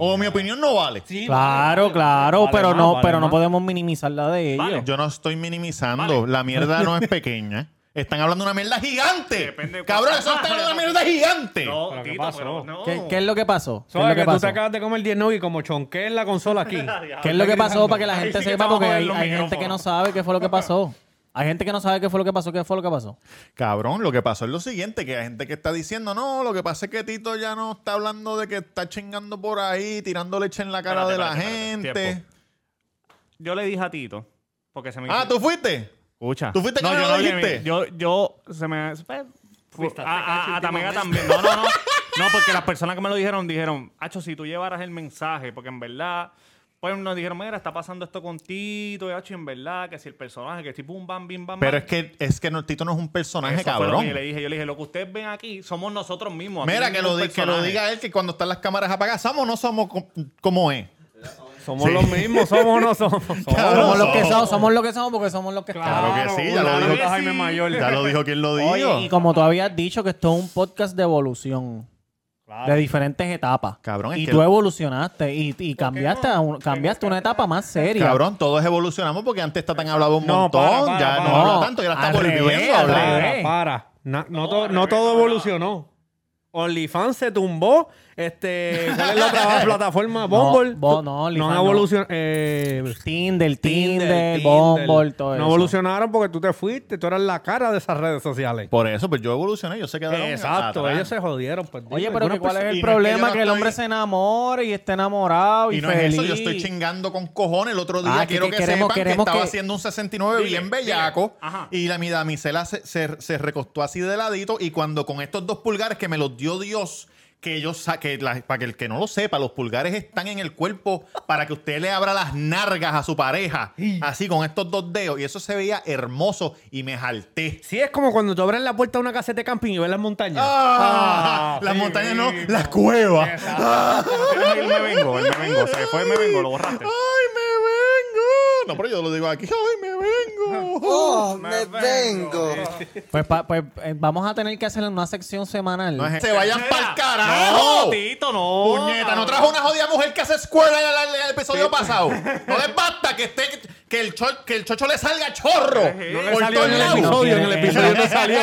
Speaker 2: O mi opinión no vale.
Speaker 4: Claro, claro,
Speaker 3: Vale
Speaker 4: pero
Speaker 3: más,
Speaker 4: no,
Speaker 3: vale
Speaker 4: pero no
Speaker 3: más.
Speaker 4: podemos minimizar la de ellos.
Speaker 9: Vale.
Speaker 2: Yo no estoy minimizando. La mierda no es pequeña. Están hablando una mierda gigante.
Speaker 9: Depende de
Speaker 2: Cabrón,
Speaker 9: cuánto-
Speaker 2: eso está hablando de una mierda gigante.
Speaker 9: No,
Speaker 3: ¿Pero qué
Speaker 9: Tito,
Speaker 3: pasó?
Speaker 9: pero no.
Speaker 4: ¿Qué, qué es lo que pasó? ¿Qué es
Speaker 3: Sabes
Speaker 4: lo
Speaker 3: que
Speaker 4: que
Speaker 3: tú te
Speaker 4: pasó?
Speaker 3: acabas de comer 10 nuggets y como chonqué en la consola aquí.
Speaker 4: ¿Qué es lo que pasó para que la
Speaker 9: Ahí
Speaker 4: gente
Speaker 9: sí que
Speaker 4: sepa?
Speaker 9: te vamos
Speaker 4: Porque
Speaker 9: a joder
Speaker 4: hay,
Speaker 9: los
Speaker 4: hay gente que no
Speaker 9: micrófonos.
Speaker 4: sabe qué fue lo que pasó. Hay gente que no sabe qué fue lo que pasó, qué fue lo que pasó.
Speaker 2: Cabrón, lo que pasó es lo siguiente, que hay gente que está diciendo, no, lo que pasa es que Tito ya no está hablando de que está chingando por ahí, tirando leche en la cara
Speaker 9: Espérate,
Speaker 2: de la
Speaker 9: espérate, espérate.
Speaker 2: gente.
Speaker 9: Tiempo. Yo le dije a Tito, porque se me
Speaker 2: Ah, ¿tú fuiste?
Speaker 9: Escucha.
Speaker 2: ¿Tú fuiste que
Speaker 9: no,
Speaker 2: no
Speaker 9: yo
Speaker 2: lo
Speaker 9: le-
Speaker 2: dijiste?
Speaker 9: Yo, yo, se me... pues, fu- a, a, a Tamega también. No, no, no. No, porque las personas que me lo dijeron, dijeron, Hacho, si tú llevaras el mensaje, porque en verdad... Pues nos dijeron, mira, está pasando esto con Tito, y Hacho, y en verdad, que si el personaje, que es tipo un bam, bim, bam,
Speaker 2: Pero
Speaker 9: bam.
Speaker 2: es que, es que no, Tito no es un personaje,
Speaker 9: Eso fue lo
Speaker 2: cabrón.
Speaker 9: que yo le dije, yo le dije, lo que ustedes ven aquí somos nosotros mismos. aquí no
Speaker 2: Mira,
Speaker 9: hay
Speaker 2: que lo,
Speaker 9: ningún
Speaker 2: di- que lo
Speaker 9: personaje.
Speaker 2: diga este él, que cuando están las cámaras apagadas, ¿somos o no somos co- como es?
Speaker 3: Somos los mismos, somos o no somos.
Speaker 2: Claro.
Speaker 4: Somos los que
Speaker 2: somos.
Speaker 4: somos, somos los que somos porque somos los que estamos.
Speaker 2: Claro que sí, ya lo
Speaker 3: claro
Speaker 2: dijo.
Speaker 3: que Jaime Mayor.
Speaker 2: Ya lo dijo quien lo dijo.
Speaker 4: Oye, y como tú habías dicho que esto es un podcast de evolución. De diferentes etapas.
Speaker 2: Cabrón, es
Speaker 4: y
Speaker 2: que-
Speaker 4: tú evolucionaste y, y cambiaste, a un- cambiaste una etapa más seria.
Speaker 2: Cabrón, todos evolucionamos porque antes Tata han hablado un
Speaker 3: No,
Speaker 2: montón,
Speaker 3: para, para,
Speaker 2: ya
Speaker 3: para.
Speaker 2: no habla
Speaker 4: No,
Speaker 2: tanto, ya la
Speaker 4: al
Speaker 2: está volviendo
Speaker 4: revés,
Speaker 2: a
Speaker 4: al
Speaker 2: hablar.
Speaker 3: Para,
Speaker 4: revés.
Speaker 3: para. Na- no, to- no todo evolucionó. OnlyFans se tumbó. Este, ¿Cuál es la otra plataforma?
Speaker 4: No,
Speaker 3: Bumble.
Speaker 4: bo- no,
Speaker 3: no
Speaker 4: OnlyFans
Speaker 3: han
Speaker 4: no.
Speaker 3: evolucionado. Eh,
Speaker 4: Tinder, Tinder,
Speaker 3: Tinder,
Speaker 4: Bumble,
Speaker 3: Tinder.
Speaker 4: todo
Speaker 3: No
Speaker 4: eso.
Speaker 3: evolucionaron porque tú te fuiste. Tú eras la cara de esas redes sociales.
Speaker 2: Por eso, pues yo evolucioné, yo sé que
Speaker 3: Exacto, ellos se jodieron. pues,
Speaker 4: Oye,
Speaker 3: dime,
Speaker 4: pero
Speaker 3: algunas
Speaker 4: que ¿cuál es
Speaker 3: personas-
Speaker 2: y no es
Speaker 4: el
Speaker 2: que
Speaker 4: problema?
Speaker 2: yo no
Speaker 4: que, el
Speaker 2: estoy-
Speaker 4: hombre se enamore y esté enamorado y,
Speaker 2: Y no
Speaker 4: feliz.
Speaker 2: es eso, yo estoy chingando con cojones. El otro día
Speaker 4: Ah, que-
Speaker 2: quiero que,
Speaker 4: que queremos-
Speaker 2: sepan
Speaker 4: queremos
Speaker 2: que estaba
Speaker 4: que-
Speaker 2: haciendo un 69
Speaker 9: Dile,
Speaker 2: bien
Speaker 9: dile.
Speaker 2: bellaco.
Speaker 9: Ajá.
Speaker 2: Y la, mi damisela se, se, se recostó así de ladito. Y cuando con estos dos pulgares que me los dio Dios, que yo saqué, para que el que no lo sepa, los pulgares están en el cuerpo para que usted le abra las nargas a su pareja. Así con estos dos dedos. Y eso se veía hermoso y me jalté.
Speaker 3: Sí, es como cuando tú abres la puerta de una caseta de camping y ves las montañas.
Speaker 2: Ah, las
Speaker 3: sí,
Speaker 2: montañas
Speaker 3: mismo.
Speaker 2: no, las cuevas. Ah.
Speaker 9: Él me vengo, él me vengo. Se fue, me vengo, lo borraste.
Speaker 2: ¡Ay, me vengo! No, pero yo lo digo aquí. ¡Ay, me vengo!
Speaker 9: me vengo.
Speaker 4: Pues, pa- pues, eh, vamos a tener que hacer una sección semanal.
Speaker 2: No es- ¡Se vayan pa'l carajo!
Speaker 9: No, Tito, no.
Speaker 2: ¡Puñeta! ¿No trajo una jodida mujer que hace escuela en el, en el episodio pasado? ¡No les basta que, esté, que, el, cho- que el chocho le salga chorro!
Speaker 9: No le
Speaker 2: por
Speaker 3: salió
Speaker 2: todos
Speaker 3: en el
Speaker 2: lados.
Speaker 3: episodio, en el episodio no salió.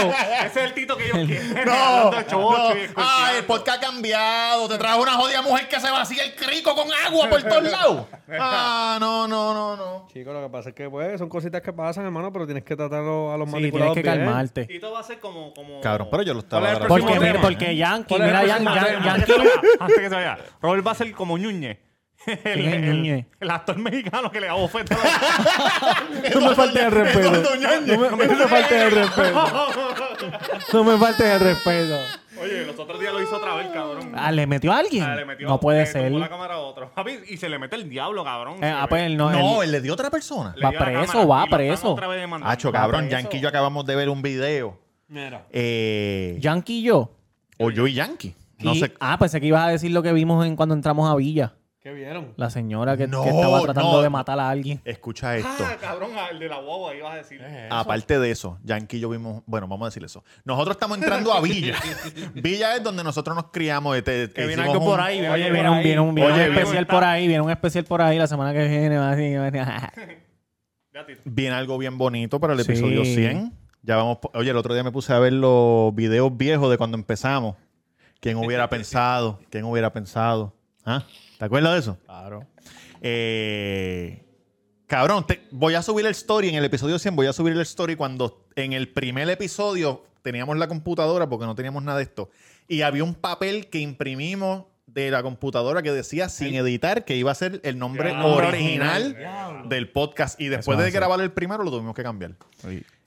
Speaker 9: Ese es el Tito que yo quiero.
Speaker 2: No,
Speaker 9: Hablando de chocho y
Speaker 2: no.
Speaker 9: escuchando.
Speaker 2: Ah, el podcast ha cambiado. Te trajo una jodida mujer que se vacía el crico con agua por todos lados. Ah, no, no, no, no.
Speaker 3: Chicos, lo que pasa es que pues, son cositas que pasan, hermano, pero tienes que tratarlo a los
Speaker 4: Sí, tienes
Speaker 3: manipulados
Speaker 4: que
Speaker 2: ¿eh?
Speaker 3: bien.
Speaker 4: calmarte.
Speaker 9: Tito va a ser como... como...
Speaker 2: yo lo
Speaker 3: ¿Cuál es el
Speaker 2: grabando.
Speaker 3: próximo
Speaker 4: Porque, mira,
Speaker 3: tema?
Speaker 4: porque Yankee,
Speaker 3: ¿Cuál es el
Speaker 4: mira, Yan-
Speaker 3: próximo
Speaker 4: Yan-
Speaker 3: tema?
Speaker 9: Antes
Speaker 4: Yankee.
Speaker 9: que se vaya, antes que se vaya. Robert va a ser como Ñuñe. El,
Speaker 4: ¿Quién es
Speaker 9: el-
Speaker 4: Ñuñe?
Speaker 9: el actor mexicano que le abofeta a
Speaker 4: No me faltes el respeto. No me, no me faltes el respeto. No me faltes el respeto.
Speaker 9: Oye, los otros días lo hizo otra vez, cabrón.
Speaker 4: Ah, ¿le metió a alguien?
Speaker 9: Ah, le metió-
Speaker 4: no puede
Speaker 9: le
Speaker 4: ser.
Speaker 9: tumbó la cámara a otro. Papi, Y se le mete el diablo, cabrón.
Speaker 4: Eh, ah, pues él no.
Speaker 2: No,
Speaker 4: él-
Speaker 2: él le dio a otra persona.
Speaker 9: Le dio
Speaker 4: va
Speaker 9: la
Speaker 4: preso,
Speaker 9: cámara
Speaker 4: va
Speaker 9: y lo están
Speaker 4: preso.
Speaker 9: otra
Speaker 2: Ah,
Speaker 9: vez demandando.
Speaker 2: Hacho, cabrón, Yankee y yo acabamos de ver un video.
Speaker 3: Mira.
Speaker 2: Eh,
Speaker 4: Yankee y yo.
Speaker 2: o yo y Yankee. No
Speaker 4: Y-
Speaker 2: sé.
Speaker 4: Ah, pensé que ibas a decir lo que vimos en cuando entramos a Villa.
Speaker 3: ¿Qué vieron?
Speaker 4: La señora que,
Speaker 2: No,
Speaker 4: que estaba tratando
Speaker 2: no.
Speaker 4: de matar a alguien.
Speaker 2: Escucha esto. Eh,
Speaker 9: Ah, cabrón, el de la guagua ibas a decir.
Speaker 2: Aparte de eso, Yankee y yo vimos. Bueno, vamos a decir eso. Nosotros estamos entrando a Villa. Villa es donde nosotros nos criamos. este,
Speaker 9: Que viene
Speaker 2: hicimos
Speaker 9: algo por
Speaker 2: un-
Speaker 9: ahí.
Speaker 4: Oye, viene un, viene un, viene
Speaker 2: Oye,
Speaker 4: un
Speaker 2: viene-
Speaker 4: especial por ahí, viene un especial por ahí la semana que viene. va así, va así.
Speaker 9: Ya, Tito.
Speaker 2: Viene algo bien bonito para el
Speaker 4: Sí.
Speaker 2: episodio 100. Ya vamos. po- Oye, el otro día me puse a ver los videos viejos de cuando empezamos. ¿Quién hubiera pensado? ¿Quién hubiera pensado? ¿Ah? ¿Te acuerdas de eso? Claro. Eh, cabrón, te- voy a subir el story en el episodio 100. Voy a subir el story cuando en el primer episodio teníamos la computadora porque no teníamos nada de esto. Y había un papel que imprimimos de la computadora que decía sin editar que iba a ser el nombre
Speaker 9: Ya.
Speaker 2: original del podcast. Y después
Speaker 4: Eso
Speaker 2: de
Speaker 4: hace.
Speaker 2: grabar el primero lo tuvimos que cambiar.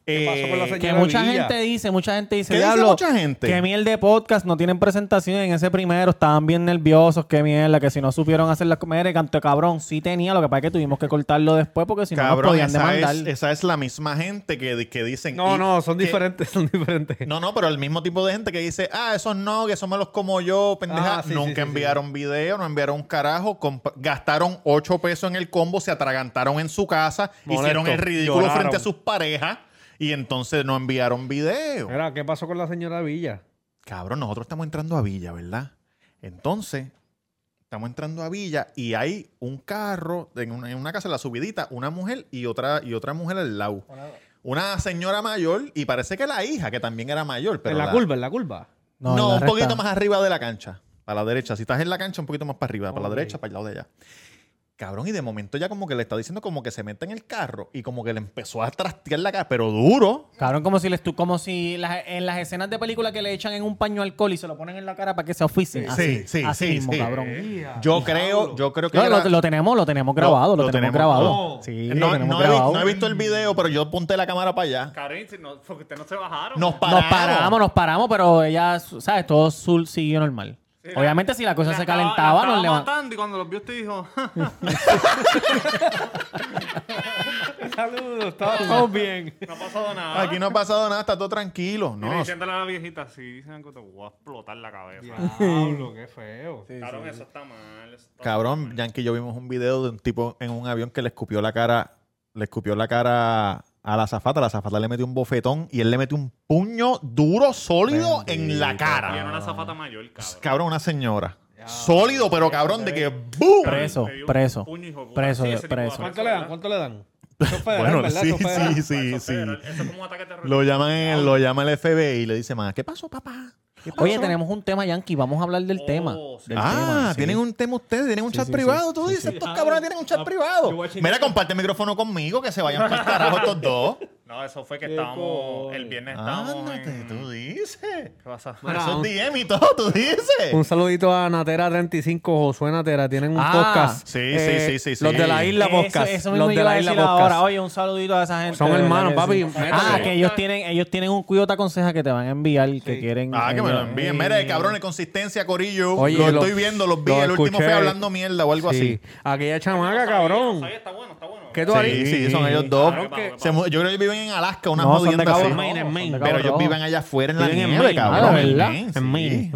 Speaker 3: ¿Qué pasó con la
Speaker 2: Eh,
Speaker 3: señora
Speaker 4: Que mucha
Speaker 3: Villa?
Speaker 4: gente dice, mucha gente dice,
Speaker 2: ¿Qué dice
Speaker 4: diablo,
Speaker 2: mucha gente?
Speaker 4: que miel de podcast, no tienen presentación en ese primero, estaban bien nerviosos, que mierda, que si no supieron hacer las comer, canto de cabrón, sí tenía, lo que pasa es que tuvimos que cortarlo después porque si no nos
Speaker 2: Cabrón,
Speaker 4: podían
Speaker 2: esa
Speaker 4: demandar.
Speaker 2: es, esa es la misma gente que, que dicen.
Speaker 3: No,
Speaker 2: y-
Speaker 3: no, son
Speaker 2: que-
Speaker 3: diferentes, son diferentes.
Speaker 2: No, no, pero el mismo tipo de gente que dice, ah, esos no, que esos me los como yo, pendeja.
Speaker 3: Ah, sí,
Speaker 2: Nunca
Speaker 3: sí, sí,
Speaker 2: enviaron video, no enviaron un carajo, comp- gastaron 8 pesos en el combo, se atragantaron en su casa,
Speaker 3: Molesto,
Speaker 2: hicieron el ridículo
Speaker 3: lloraron.
Speaker 2: frente a sus parejas y entonces no enviaron video.
Speaker 3: Mira, ¿qué pasó con la señora Villa?
Speaker 2: Cabrón, nosotros estamos entrando a Villa, ¿verdad? Entonces, estamos entrando a Villa y hay un carro en una, en una casa, en la subidita, una mujer y otra, y otra mujer al lado. Una señora mayor y parece que la hija, que también era mayor. Pero
Speaker 3: en la curva, en la curva.
Speaker 2: No,
Speaker 4: en la
Speaker 2: un
Speaker 4: recta.
Speaker 2: poquito más arriba de la cancha, para la derecha. Si estás en la cancha, un poquito más para arriba, para la derecha, para el lado de allá. Cabrón, y de momento ya como que le está diciendo como que se meta en el carro y como que le empezó a trastear la cara, pero duro.
Speaker 4: Cabrón, como si, les, tu- como si las- en las escenas de película que le echan en un paño alcohol y se lo ponen en la cara para que se oficien.
Speaker 2: Sí,
Speaker 4: así,
Speaker 2: sí,
Speaker 4: así
Speaker 2: sí,
Speaker 4: mismo,
Speaker 2: sí.
Speaker 4: cabrón.
Speaker 2: Yo creo, yo creo que...
Speaker 4: No,
Speaker 2: era-
Speaker 4: lo, lo tenemos, lo tenemos grabado, lo, tenemos, grabado.
Speaker 2: no.
Speaker 4: Sí,
Speaker 2: no,
Speaker 4: lo tenemos
Speaker 2: no he vi-
Speaker 4: grabado.
Speaker 2: no he visto el video, pero yo apunté la cámara para allá.
Speaker 9: Karin, si no, porque ustedes no se bajaron.
Speaker 2: Nos
Speaker 4: Nos
Speaker 2: paramos.
Speaker 4: paramos, nos paramos, pero ella, ¿sabes? Todo Sul siguió normal. Obviamente, si la cosa Pues
Speaker 9: La
Speaker 4: se
Speaker 9: estaba- la
Speaker 4: calentaba,
Speaker 9: estaba
Speaker 4: nos levantamos.
Speaker 9: matando Y cuando los vio, usted dijo.
Speaker 3: Saludos, estamos bien.
Speaker 9: No ha pasado nada.
Speaker 2: Aquí no ha pasado nada, está todo tranquilo.
Speaker 9: Y le
Speaker 2: No,
Speaker 9: diciéndole a la viejita, sí, dicen que te voy a explotar la cabeza.
Speaker 3: Pablo, qué feo.
Speaker 9: Cabrón, eso está mal. eso está
Speaker 2: cabrón, Yankee y yo vimos un video de un tipo en un avión que le escupió la cara, le escupió la cara a la azafata, la azafata le metió un bofetón y él le metió un puño duro, sólido en la
Speaker 9: mal. Y era
Speaker 2: cara.
Speaker 9: una zafata mayor, cabrón.
Speaker 2: Cabrón, una señora. Sólido, pero cabrón, de que ¡boom!
Speaker 4: Preso,
Speaker 9: Le dio un
Speaker 4: preso.
Speaker 9: puño, hijo de puta.
Speaker 4: Preso,
Speaker 9: Sí, ese tipo de
Speaker 4: preso.
Speaker 9: ataque
Speaker 3: ¿Cuánto le dan?
Speaker 9: federal.
Speaker 3: ¿Cuánto le dan? Eso es federal,
Speaker 2: Bueno,
Speaker 3: ¿verdad?
Speaker 2: sí,
Speaker 3: Eso es federal.
Speaker 2: sí, sí,
Speaker 9: Eso
Speaker 2: sí.
Speaker 9: es como un ataque
Speaker 2: Lo
Speaker 9: terrorista.
Speaker 2: llaman, lo llama el FBI y le dice, más, ¿qué pasó, papá? ¿Qué pasó?"
Speaker 4: Oye, tenemos un tema, Yankee. Vamos a hablar del
Speaker 9: Oh,
Speaker 4: tema.
Speaker 9: sí.
Speaker 4: Del
Speaker 2: Ah,
Speaker 4: tema, sí.
Speaker 2: tienen un tema ustedes, tienen un
Speaker 4: Sí,
Speaker 2: chat
Speaker 4: sí,
Speaker 2: privado.
Speaker 4: sí,
Speaker 2: Tú
Speaker 4: sí,
Speaker 2: dices,
Speaker 4: sí.
Speaker 2: estos cabrones tienen un chat privado.
Speaker 3: voy a chingar.
Speaker 2: Mira, comparte el micrófono conmigo que se vayan para el carajo estos dos.
Speaker 9: No, eso fue que estábamos. El viernes estábamos.
Speaker 2: Ándate, tú
Speaker 9: en-
Speaker 2: dices.
Speaker 9: ¿Qué pasa?
Speaker 2: Esos DM y todo, tú
Speaker 3: Un
Speaker 2: dices.
Speaker 3: saludito a Natera35, Josué Natera. Tienen un
Speaker 4: Ah.
Speaker 3: podcast.
Speaker 2: Sí,
Speaker 3: Eh,
Speaker 2: sí, sí, sí, sí.
Speaker 3: Los de la isla
Speaker 4: Eso-
Speaker 3: podcast.
Speaker 4: Eso, mismo
Speaker 3: los de
Speaker 4: iba a
Speaker 3: la
Speaker 4: decir
Speaker 3: isla podcast.
Speaker 4: ahora. Oye, un saludito a esa gente.
Speaker 3: Son
Speaker 4: de verdad
Speaker 3: hermanos,
Speaker 4: que
Speaker 3: papi.
Speaker 4: sí.
Speaker 3: Métele.
Speaker 4: Ah, que ellos tienen, ellos tienen un cuidado aconseja que te van a enviar, que quieren. eh,
Speaker 2: Ah, que me lo
Speaker 4: ellos-
Speaker 2: envíen. Mira, el cabrón, de consistencia, Corillo.
Speaker 3: Oye,
Speaker 2: lo
Speaker 3: lo-
Speaker 2: estoy viendo, los vi.
Speaker 3: lo
Speaker 2: el último
Speaker 3: escuché.
Speaker 2: fue hablando mierda o algo
Speaker 3: Sí.
Speaker 2: así.
Speaker 3: Aquella chamaca, cabrón.
Speaker 9: Ahí está bueno, está bueno.
Speaker 3: ¿Qué tú
Speaker 2: Sí,
Speaker 3: harías?
Speaker 2: sí, son ellos dos.
Speaker 9: Claro que-
Speaker 2: Se mu- yo creo que ellos viven en Alaska, una
Speaker 4: No, son
Speaker 2: jodienda
Speaker 4: de Cabo
Speaker 2: así.
Speaker 4: Rojo, son de Cabo
Speaker 2: Pero ellos
Speaker 4: Rojo.
Speaker 2: viven allá afuera en la
Speaker 4: Viven en
Speaker 2: nieve,
Speaker 4: Maine,
Speaker 2: cabrón.
Speaker 4: ah, ¿verdad?
Speaker 2: Maine,
Speaker 3: En Maine,
Speaker 2: sí.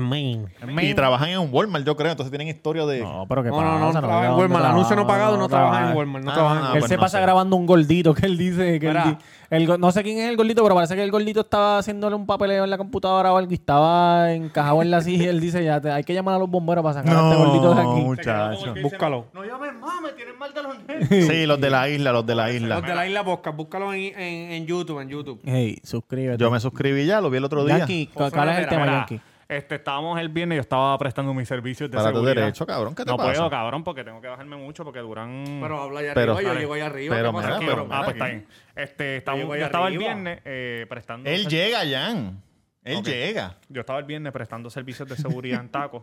Speaker 3: en Maine.
Speaker 2: Y trabajan en un Walmart, yo creo. Entonces tienen historia de...
Speaker 4: No, pero que
Speaker 3: No, no, no, no trabaja en Walmart. El anuncio no pagado no trabaja en Walmart. No
Speaker 2: Ah,
Speaker 3: trabaja en
Speaker 2: ah,
Speaker 4: él
Speaker 2: pues
Speaker 4: se
Speaker 2: no
Speaker 4: pasa
Speaker 2: sé.
Speaker 4: grabando un gordito que él dice que él
Speaker 3: Mira.
Speaker 4: di- el go- no sé quién es el gordito, pero parece que el gordito estaba haciéndole un papeleo en la computadora o algo y estaba encajado en la silla y él dice ya te- hay que llamar a los bomberos para sacar a este gordito de aquí.
Speaker 2: muchacho.
Speaker 3: Búscalo.
Speaker 9: No llamen más, me tienen mal de los
Speaker 2: Sí, los de la isla, los de la
Speaker 3: Los
Speaker 2: isla.
Speaker 3: de la isla podcast. Búscalo en, en, en YouTube, en YouTube.
Speaker 4: Hey, suscríbete.
Speaker 2: Yo me suscribí ya, lo vi el otro día.
Speaker 4: Yankee, ¿cu- ¿cuál es el tema,
Speaker 9: Mira,
Speaker 4: Yankee?
Speaker 9: Este, estábamos el viernes y yo estaba prestando mis servicios de
Speaker 2: Para tu
Speaker 9: seguridad.
Speaker 2: derecho, cabrón, ¿qué te
Speaker 9: no
Speaker 2: pasa?
Speaker 9: puedo, cabrón, porque tengo que bajarme mucho porque duran...
Speaker 3: Pero habla allá
Speaker 2: Pero-
Speaker 3: arriba. Yo
Speaker 2: Dale.
Speaker 3: llego allá arriba.
Speaker 2: Pero
Speaker 3: ¿qué pasa?
Speaker 2: mira,
Speaker 9: Tranquilo.
Speaker 2: pero
Speaker 9: ah,
Speaker 2: mira
Speaker 9: pues está
Speaker 2: aquí.
Speaker 9: bien. Este, estaba-
Speaker 3: Yo
Speaker 9: yo
Speaker 3: voy
Speaker 9: estaba el
Speaker 3: arriba.
Speaker 9: viernes eh, prestando...
Speaker 2: Él llega, Jan. Él llega.
Speaker 9: Yo estaba el viernes prestando servicios de seguridad en tacos.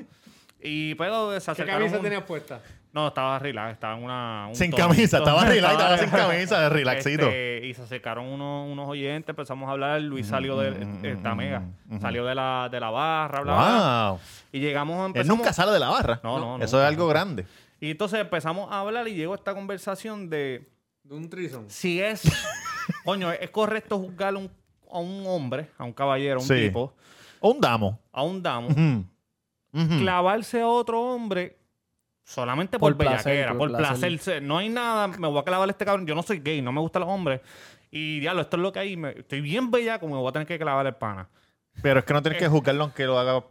Speaker 9: Y pero se
Speaker 3: ¿Qué
Speaker 9: acercaron...
Speaker 3: camisa
Speaker 9: un-
Speaker 3: tenías puesta?
Speaker 9: No, estaba relax, estaba en una... un
Speaker 2: Sin
Speaker 9: tono.
Speaker 2: camisa, estaba relax, estaba sin
Speaker 9: relax.
Speaker 2: camisa, relaxito.
Speaker 9: Este, y se acercaron unos, unos oyentes, empezamos a hablar. Luis salió
Speaker 2: Mm,
Speaker 9: de... Esta mega. Salió de la, de la barra, bla, bla, bla.
Speaker 2: Wow.
Speaker 9: Y llegamos...
Speaker 2: Él
Speaker 9: empezamos-
Speaker 2: nunca sale de la barra.
Speaker 9: No, no, no.
Speaker 2: Eso es algo grande.
Speaker 9: Y entonces empezamos a hablar y llegó esta conversación de
Speaker 3: De un trison.
Speaker 9: si es, coño, es correcto juzgar un- a un hombre, a un caballero, a un
Speaker 2: Sí.
Speaker 9: tipo,
Speaker 2: Un damo.
Speaker 9: a un damo,
Speaker 2: Ujú. Ujú.
Speaker 9: clavarse a otro hombre solamente por,
Speaker 4: Por placer,
Speaker 9: bellaquera,
Speaker 4: por
Speaker 9: por placer.
Speaker 4: placer.
Speaker 9: Se- No hay nada, me voy a clavar a este cabrón. Yo no soy gay, no me gustan los hombres. Y diablo, esto es lo que hay. me- estoy bien bellaco, me voy a tener que clavar el pana.
Speaker 2: Pero es que no tienes que juzgarlo aunque lo haga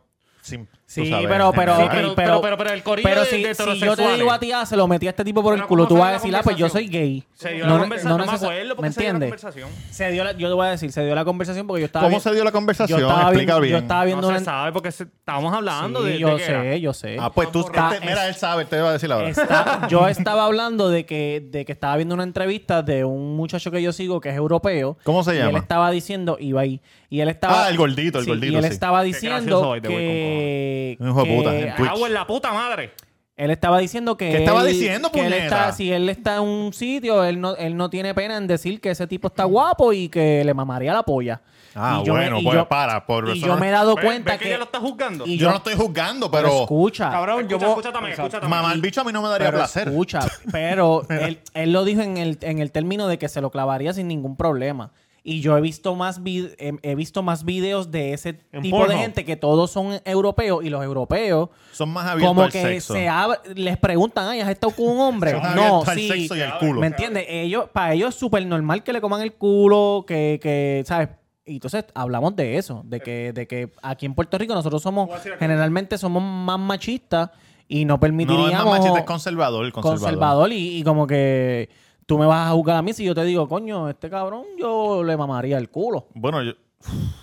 Speaker 2: sin,
Speaker 4: Eh. Sí,
Speaker 2: sabes,
Speaker 4: pero,
Speaker 2: en
Speaker 4: pero,
Speaker 2: general.
Speaker 4: ok,
Speaker 2: Pero-
Speaker 4: pero,
Speaker 9: pero- pero- pero el corillo
Speaker 4: pero
Speaker 9: de-
Speaker 4: si,
Speaker 9: de
Speaker 4: si yo te
Speaker 9: heterosexuales.
Speaker 4: digo a ti, ah, se lo metí a este tipo por el
Speaker 9: Pero
Speaker 4: culo,
Speaker 9: ¿cómo
Speaker 4: tú
Speaker 9: fue
Speaker 4: vas a
Speaker 9: la
Speaker 4: decir, ah, pues yo soy
Speaker 9: conversación?
Speaker 4: gay.
Speaker 9: Se dio la conversación. No, me
Speaker 4: neces-
Speaker 9: acuerdo porque
Speaker 4: ¿Me
Speaker 9: se dio la
Speaker 4: entiendes?
Speaker 9: conversación.
Speaker 4: Se dio la- yo te voy a decir, se dio la conversación porque yo estaba
Speaker 2: ¿Cómo
Speaker 4: vi-
Speaker 2: se dio la
Speaker 4: yo
Speaker 2: conversación?
Speaker 4: estaba
Speaker 2: Explica
Speaker 4: viendo,
Speaker 2: bien.
Speaker 4: yo estaba
Speaker 9: No
Speaker 4: viendo
Speaker 9: se
Speaker 4: una-
Speaker 9: sabe porque se- estábamos hablando
Speaker 4: Sí,
Speaker 9: de, de
Speaker 4: yo
Speaker 9: qué
Speaker 4: sé,
Speaker 9: era.
Speaker 4: yo sé.
Speaker 2: Ah, pues tú,
Speaker 4: Está-
Speaker 2: este- mira, él sabe, él te va a decir la verdad.
Speaker 4: Está- yo estaba hablando de que, de que estaba viendo una entrevista de un muchacho que yo sigo que es europeo.
Speaker 2: ¿Cómo se
Speaker 4: Y
Speaker 2: llama?
Speaker 4: él estaba diciendo, iba ahí. Y él estaba.
Speaker 2: Ah, el gordito, el
Speaker 4: Sí,
Speaker 2: gordito,
Speaker 4: Y él
Speaker 2: sí.
Speaker 4: estaba
Speaker 9: gracioso
Speaker 4: diciendo
Speaker 9: hoy, te voy con
Speaker 4: que.
Speaker 2: cojones. Hijo de
Speaker 4: que-
Speaker 2: puta, en Twitch.
Speaker 9: Agua en la puta madre.
Speaker 4: Él estaba diciendo que.
Speaker 2: ¿Qué estaba
Speaker 4: él-
Speaker 2: diciendo,
Speaker 4: que él
Speaker 2: puñeta?
Speaker 4: está- Si él está en un sitio, él no, él no tiene pena en decir que ese tipo está guapo y que le mamaría la polla.
Speaker 2: Ah,
Speaker 4: Y yo me-
Speaker 2: bueno,
Speaker 4: y
Speaker 2: pues
Speaker 4: yo-
Speaker 2: para. Por
Speaker 4: y
Speaker 2: eso
Speaker 4: yo
Speaker 2: no-
Speaker 4: me he dado
Speaker 9: Ve-
Speaker 4: cuenta
Speaker 9: ve que
Speaker 4: que.
Speaker 9: ella lo está juzgando.
Speaker 4: y
Speaker 2: yo no estoy juzgando, pero.
Speaker 4: Escucha.
Speaker 1: Cabrón, yo
Speaker 9: Ah, escucha,
Speaker 1: voy-
Speaker 9: escucha también, escucha también.
Speaker 2: Mamá, el bicho a mí no me daría
Speaker 4: pero
Speaker 2: placer.
Speaker 4: Escucha, pero él, él lo dijo en el, en el término de que se lo clavaría sin ningún problema. Y yo he visto más vid- em, he visto más videos de ese
Speaker 3: En
Speaker 4: tipo de
Speaker 3: Pornhub.
Speaker 4: gente que todos son europeos y los europeos
Speaker 2: Son más abiertos
Speaker 4: como
Speaker 2: al
Speaker 4: que
Speaker 2: sexo.
Speaker 4: se ab- les preguntan, "Ay, ¿has estado con un hombre?"
Speaker 2: Son
Speaker 4: no,
Speaker 2: abiertos al
Speaker 4: sí.
Speaker 2: sexo y al culo.
Speaker 4: ¿Me entiendes? Ellos para ellos es súper normal que le coman el culo, que que sabes y entonces hablamos de eso, de que, de que aquí en Puerto Rico nosotros somos, generalmente somos más machistas y no
Speaker 2: No,
Speaker 4: permitiríamos
Speaker 2: es más machista, es conservador, conservador.
Speaker 4: conservador y, y como que tú me vas a juzgar a mí si yo te digo, coño, este cabrón yo le mamaría el culo.
Speaker 2: Bueno, yo,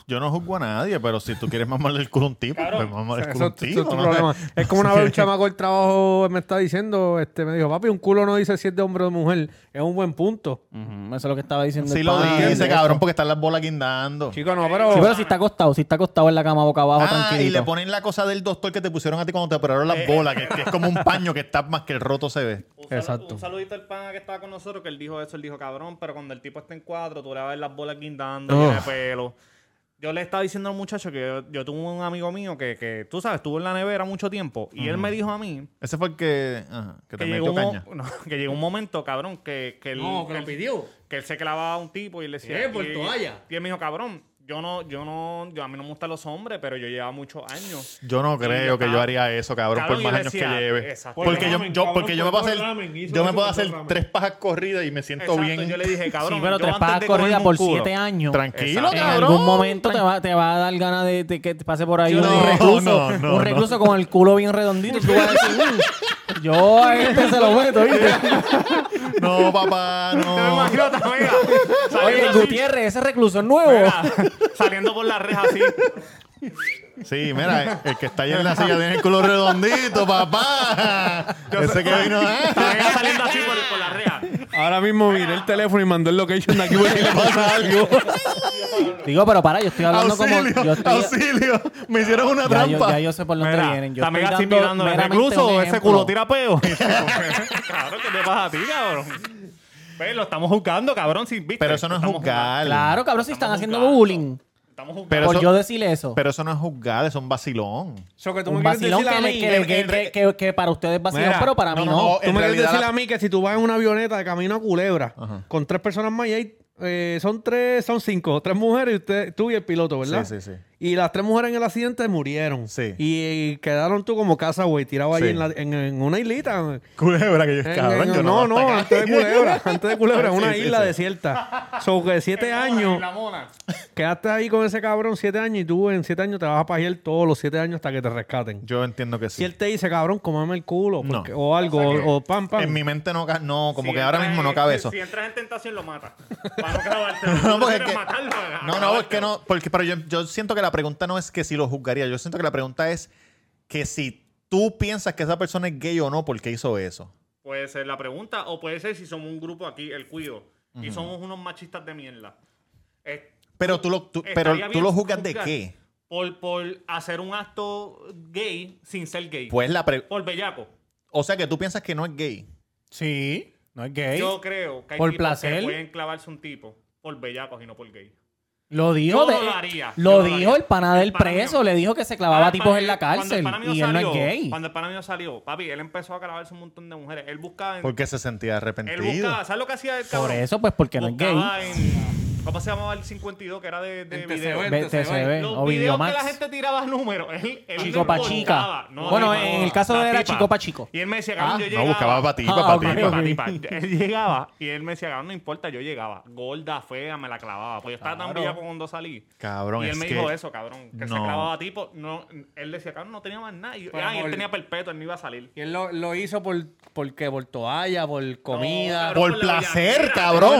Speaker 2: yo no juzgo a nadie, pero si tú quieres mamarle el culo a un tipo, pues mamarle el
Speaker 3: Eso-
Speaker 2: culo a un
Speaker 3: eso es
Speaker 2: tipo.
Speaker 3: tu
Speaker 2: ¿no?
Speaker 3: problema. Es como una vez un chamaco del trabajo me está diciendo, este, me dijo, papi, un culo no dice si es de hombre o de mujer. Es un buen punto.
Speaker 4: Ujú, Eso es lo que estaba diciendo.
Speaker 2: Sí
Speaker 4: el
Speaker 2: lo
Speaker 4: pana.
Speaker 2: dice, cabrón, porque están las bolas guindando.
Speaker 3: Chico, no, pero...
Speaker 4: Sí, pero si está acostado, si está acostado en la cama boca abajo,
Speaker 2: Ah,
Speaker 4: tranquilito.
Speaker 2: y le ponen la cosa del doctor que te pusieron a ti cuando te operaron
Speaker 9: Eh,
Speaker 2: las bolas, que, que es como un paño que está más que el roto se ve.
Speaker 9: Un, salu-
Speaker 3: Exacto.
Speaker 9: un saludito al pana que estaba con nosotros, que él dijo eso, él dijo, cabrón, pero cuando el tipo está en cuadro, tú le vas a ver las bolas guindando,
Speaker 3: Oh.
Speaker 9: llena de pelo. Yo le estaba diciendo al muchacho que yo, yo tuve un amigo mío que, que, tú sabes, estuvo en la nevera mucho tiempo y él me dijo a mí
Speaker 2: Ese fue el que, ajá, que te
Speaker 9: que llegó,
Speaker 2: metió
Speaker 9: un, mo-
Speaker 2: caña.
Speaker 9: no, que llegó un momento, cabrón, que, que, él,
Speaker 1: No, que
Speaker 9: que
Speaker 1: lo
Speaker 9: él-
Speaker 1: pidió.
Speaker 9: que él se clavaba a un tipo y le decía...
Speaker 1: Eh, por
Speaker 9: y-
Speaker 1: toalla.
Speaker 9: Y él me dijo, cabrón, yo no, yo no, yo, a mí no me gustan los hombres, pero yo llevaba muchos años.
Speaker 2: Yo no creo que yo
Speaker 9: Ah.
Speaker 2: haría eso, cabrón,
Speaker 9: Cabrón,
Speaker 2: por
Speaker 9: yo
Speaker 2: más años
Speaker 9: decía,
Speaker 2: que lleve.
Speaker 9: exacto.
Speaker 2: Porque
Speaker 9: Por
Speaker 2: yo,
Speaker 9: ramen,
Speaker 2: yo,
Speaker 1: cabrón,
Speaker 2: porque yo me
Speaker 1: por
Speaker 2: puedo hacer,
Speaker 1: ramen, hizo
Speaker 2: yo me
Speaker 1: eso
Speaker 2: puedo
Speaker 1: por
Speaker 2: hacer
Speaker 1: ramen.
Speaker 2: tres pajas corridas y me siento
Speaker 9: Exacto,
Speaker 2: bien.
Speaker 9: Yo le dije,
Speaker 4: sí,
Speaker 9: cabrón,
Speaker 4: pero
Speaker 9: yo
Speaker 4: tres
Speaker 9: antes
Speaker 4: pajas
Speaker 9: de comerme
Speaker 4: corridas
Speaker 9: un
Speaker 4: por
Speaker 9: culo-
Speaker 4: siete años.
Speaker 2: Tranquilo,
Speaker 4: En
Speaker 2: cabrón.
Speaker 4: algún momento te va, te va a dar ganas de, de que te pase por ahí
Speaker 2: Yo
Speaker 4: un
Speaker 2: no,
Speaker 4: recluso,
Speaker 2: no, no,
Speaker 4: un recluso con el culo bien redondito. Tú vas a decir, "Mm, yo a este se lo meto, ¿viste?
Speaker 2: No, papá,
Speaker 9: Yo me
Speaker 2: no.
Speaker 9: imagino también, mira,
Speaker 4: Oye,
Speaker 9: saliendo, así,
Speaker 4: Gutiérrez, ese recluso es nuevo.
Speaker 9: mira, saliendo por las rejas así.
Speaker 2: Sí, mira, el que está ahí en la silla tiene el culo redondito, papá. Ese que vino. ah.
Speaker 9: Estaba saliendo así por, por la rea.
Speaker 3: Ahora mismo miré el teléfono y mandó el location de aquí por si le pasa algo.
Speaker 4: Digo, pero para, yo estoy hablando como. Yo
Speaker 2: Auxilio,
Speaker 4: estoy-
Speaker 2: auxilio. Me hicieron una
Speaker 4: ya, yo,
Speaker 2: trampa.
Speaker 4: ya yo sé por dónde vienen. Yo
Speaker 9: Mira,
Speaker 4: estoy
Speaker 9: también así
Speaker 4: dando
Speaker 9: mirando al
Speaker 4: meramente
Speaker 9: recluso,
Speaker 4: un
Speaker 9: ese
Speaker 4: ejemplo.
Speaker 9: culo tira peo. cabrón, ¿qué te pasa a ti, cabrón? Pero lo estamos juzgando, cabrón, sin viste.
Speaker 2: Pero eso no es
Speaker 9: Estamos
Speaker 2: juzgar.
Speaker 4: Claro, cabrón, si están haciendo
Speaker 9: jugando.
Speaker 4: bullying.
Speaker 9: Estamos juzgando.
Speaker 2: Pero
Speaker 4: por
Speaker 2: eso-
Speaker 4: yo decirle eso.
Speaker 2: Pero eso no es juzgar, eso es un vacilón.
Speaker 3: So, que tú
Speaker 4: un
Speaker 3: me quieres
Speaker 4: vacilón
Speaker 3: decir
Speaker 4: que,
Speaker 3: a
Speaker 4: le-
Speaker 3: mí-
Speaker 4: que le- que-
Speaker 2: en-
Speaker 4: que- que para ustedes es vacilón,
Speaker 3: Mira,
Speaker 4: pero para
Speaker 2: no,
Speaker 4: mí
Speaker 2: no,
Speaker 4: no.
Speaker 2: no,
Speaker 3: Tú
Speaker 2: Oh, en
Speaker 3: me quieres
Speaker 2: realidad
Speaker 3: decir
Speaker 2: la-
Speaker 3: a mí que si tú vas en una avioneta de camino a Culebra con tres personas más y hay, eh, son tres, son cinco, tres mujeres y usted, tú y el piloto, ¿verdad?
Speaker 2: Sí, sí, sí.
Speaker 3: Y las tres mujeres en el accidente murieron.
Speaker 2: Sí.
Speaker 3: Y, quedaron tú como casa, güey, tirado ahí
Speaker 2: Sí.
Speaker 3: en, la- en- en una islita.
Speaker 2: Culebra que yo
Speaker 3: En-
Speaker 2: cabrón,
Speaker 3: en-
Speaker 2: yo
Speaker 3: Eh, no,
Speaker 2: no.
Speaker 3: no, antes de Culebra, antes de Culebra, en
Speaker 2: Sí,
Speaker 3: una
Speaker 2: sí,
Speaker 3: isla
Speaker 2: sí.
Speaker 3: desierta. So que siete años,
Speaker 9: La mona.
Speaker 3: quedaste ahí con ese cabrón siete años y tú en siete años te vas a pajear todos los siete años hasta que te rescaten.
Speaker 2: Yo entiendo que
Speaker 3: Si
Speaker 2: sí.
Speaker 3: él te dice, cabrón, comame el culo
Speaker 2: No.
Speaker 3: porque- o algo, o, o pam, pam.
Speaker 2: En mi mente no, ca- no como
Speaker 9: Si
Speaker 2: que ahora
Speaker 9: entras
Speaker 2: mismo
Speaker 9: en-
Speaker 2: no cabe eso.
Speaker 9: Si entras en tentación, lo matas. Para no clavarte.
Speaker 2: No, porque es
Speaker 9: quieres
Speaker 2: que-
Speaker 9: matarlo,
Speaker 2: No, no, es que no, porque pero yo, yo siento que la pregunta no es que si lo juzgaría, yo siento que la pregunta es que si tú piensas que esa persona es gay o no porque hizo eso.
Speaker 9: Puede ser la pregunta o puede ser si somos un grupo aquí, el cuido, y somos unos machistas de mierda. Eh,
Speaker 2: Pero tú lo, tú-
Speaker 9: estaría
Speaker 2: pero tú
Speaker 9: bien
Speaker 2: lo juzgas de
Speaker 9: juzgar
Speaker 2: qué?
Speaker 9: Por, por hacer un acto gay sin ser gay.
Speaker 2: Pues la pre-
Speaker 9: por bellaco.
Speaker 2: o sea que tú piensas que no es gay.
Speaker 4: Sí, no es gay.
Speaker 9: Yo creo que hay
Speaker 4: Por
Speaker 9: tipos
Speaker 4: placer.
Speaker 9: que pueden clavarse un tipo por bellacos y no por gay.
Speaker 4: Lo dijo,
Speaker 9: Yo
Speaker 4: de-
Speaker 9: no lo haría,
Speaker 4: lo
Speaker 9: yo no lo
Speaker 4: dijo
Speaker 9: haría.
Speaker 4: el pana del
Speaker 9: El pana
Speaker 4: preso,
Speaker 9: mío.
Speaker 4: le dijo que se clavaba
Speaker 9: Ah,
Speaker 4: tipos
Speaker 9: papi,
Speaker 4: en la
Speaker 9: cuando el
Speaker 4: cárcel
Speaker 9: pana mío
Speaker 4: y él no es
Speaker 9: salió-
Speaker 4: gay.
Speaker 9: Cuando el pana mío salió, papi, él empezó a clavarse un montón de mujeres. Él buscaba en-
Speaker 2: Porque se sentía
Speaker 9: él
Speaker 2: arrepentido.
Speaker 9: buscaba, ¿sabes lo que hacía el
Speaker 4: Por
Speaker 9: cabrón?
Speaker 4: eso, pues porque no es gay.
Speaker 9: Buscaba en- ¿Cómo se llamaba el 52 que era de, de
Speaker 3: En
Speaker 9: video?
Speaker 3: TCB.
Speaker 4: Ve- TCB
Speaker 9: Los
Speaker 4: o
Speaker 9: videos que
Speaker 4: Videomax.
Speaker 9: la gente tiraba números. Él, él
Speaker 4: Chico pa'
Speaker 9: buscaba,
Speaker 4: chica.
Speaker 9: no
Speaker 4: Bueno,
Speaker 9: pipa.
Speaker 4: en el caso
Speaker 9: La
Speaker 4: de era
Speaker 9: pipa.
Speaker 4: chico pa' chico.
Speaker 9: Y él me decía, cabrón, yo
Speaker 2: No,
Speaker 9: llegaba.
Speaker 2: buscaba para ti,
Speaker 4: Ah,
Speaker 2: para
Speaker 4: ok,
Speaker 2: ti.
Speaker 4: ok.
Speaker 9: Pipa, pipa. Él llegaba y él me decía, cabrón, no importa, yo llegaba. Gorda, fea, me la clavaba. Pues yo estaba tan
Speaker 4: Claro.
Speaker 9: brilla cuando salí.
Speaker 2: Cabrón,
Speaker 9: Y él
Speaker 2: es
Speaker 9: me
Speaker 2: que-
Speaker 9: dijo eso, cabrón. Que se
Speaker 2: No.
Speaker 9: clavaba tipo. No, él decía, cabrón, no tenía más nada. Y, yo,
Speaker 3: Pero
Speaker 9: ah, y él
Speaker 3: mol-
Speaker 9: tenía perpetuo, él no iba a salir.
Speaker 3: Y él lo, lo hizo por, por qué? Por toalla, por este comida.
Speaker 9: cabrón,
Speaker 2: Por
Speaker 9: con la
Speaker 2: placer,
Speaker 9: bellaquera.
Speaker 2: cabrón.
Speaker 4: O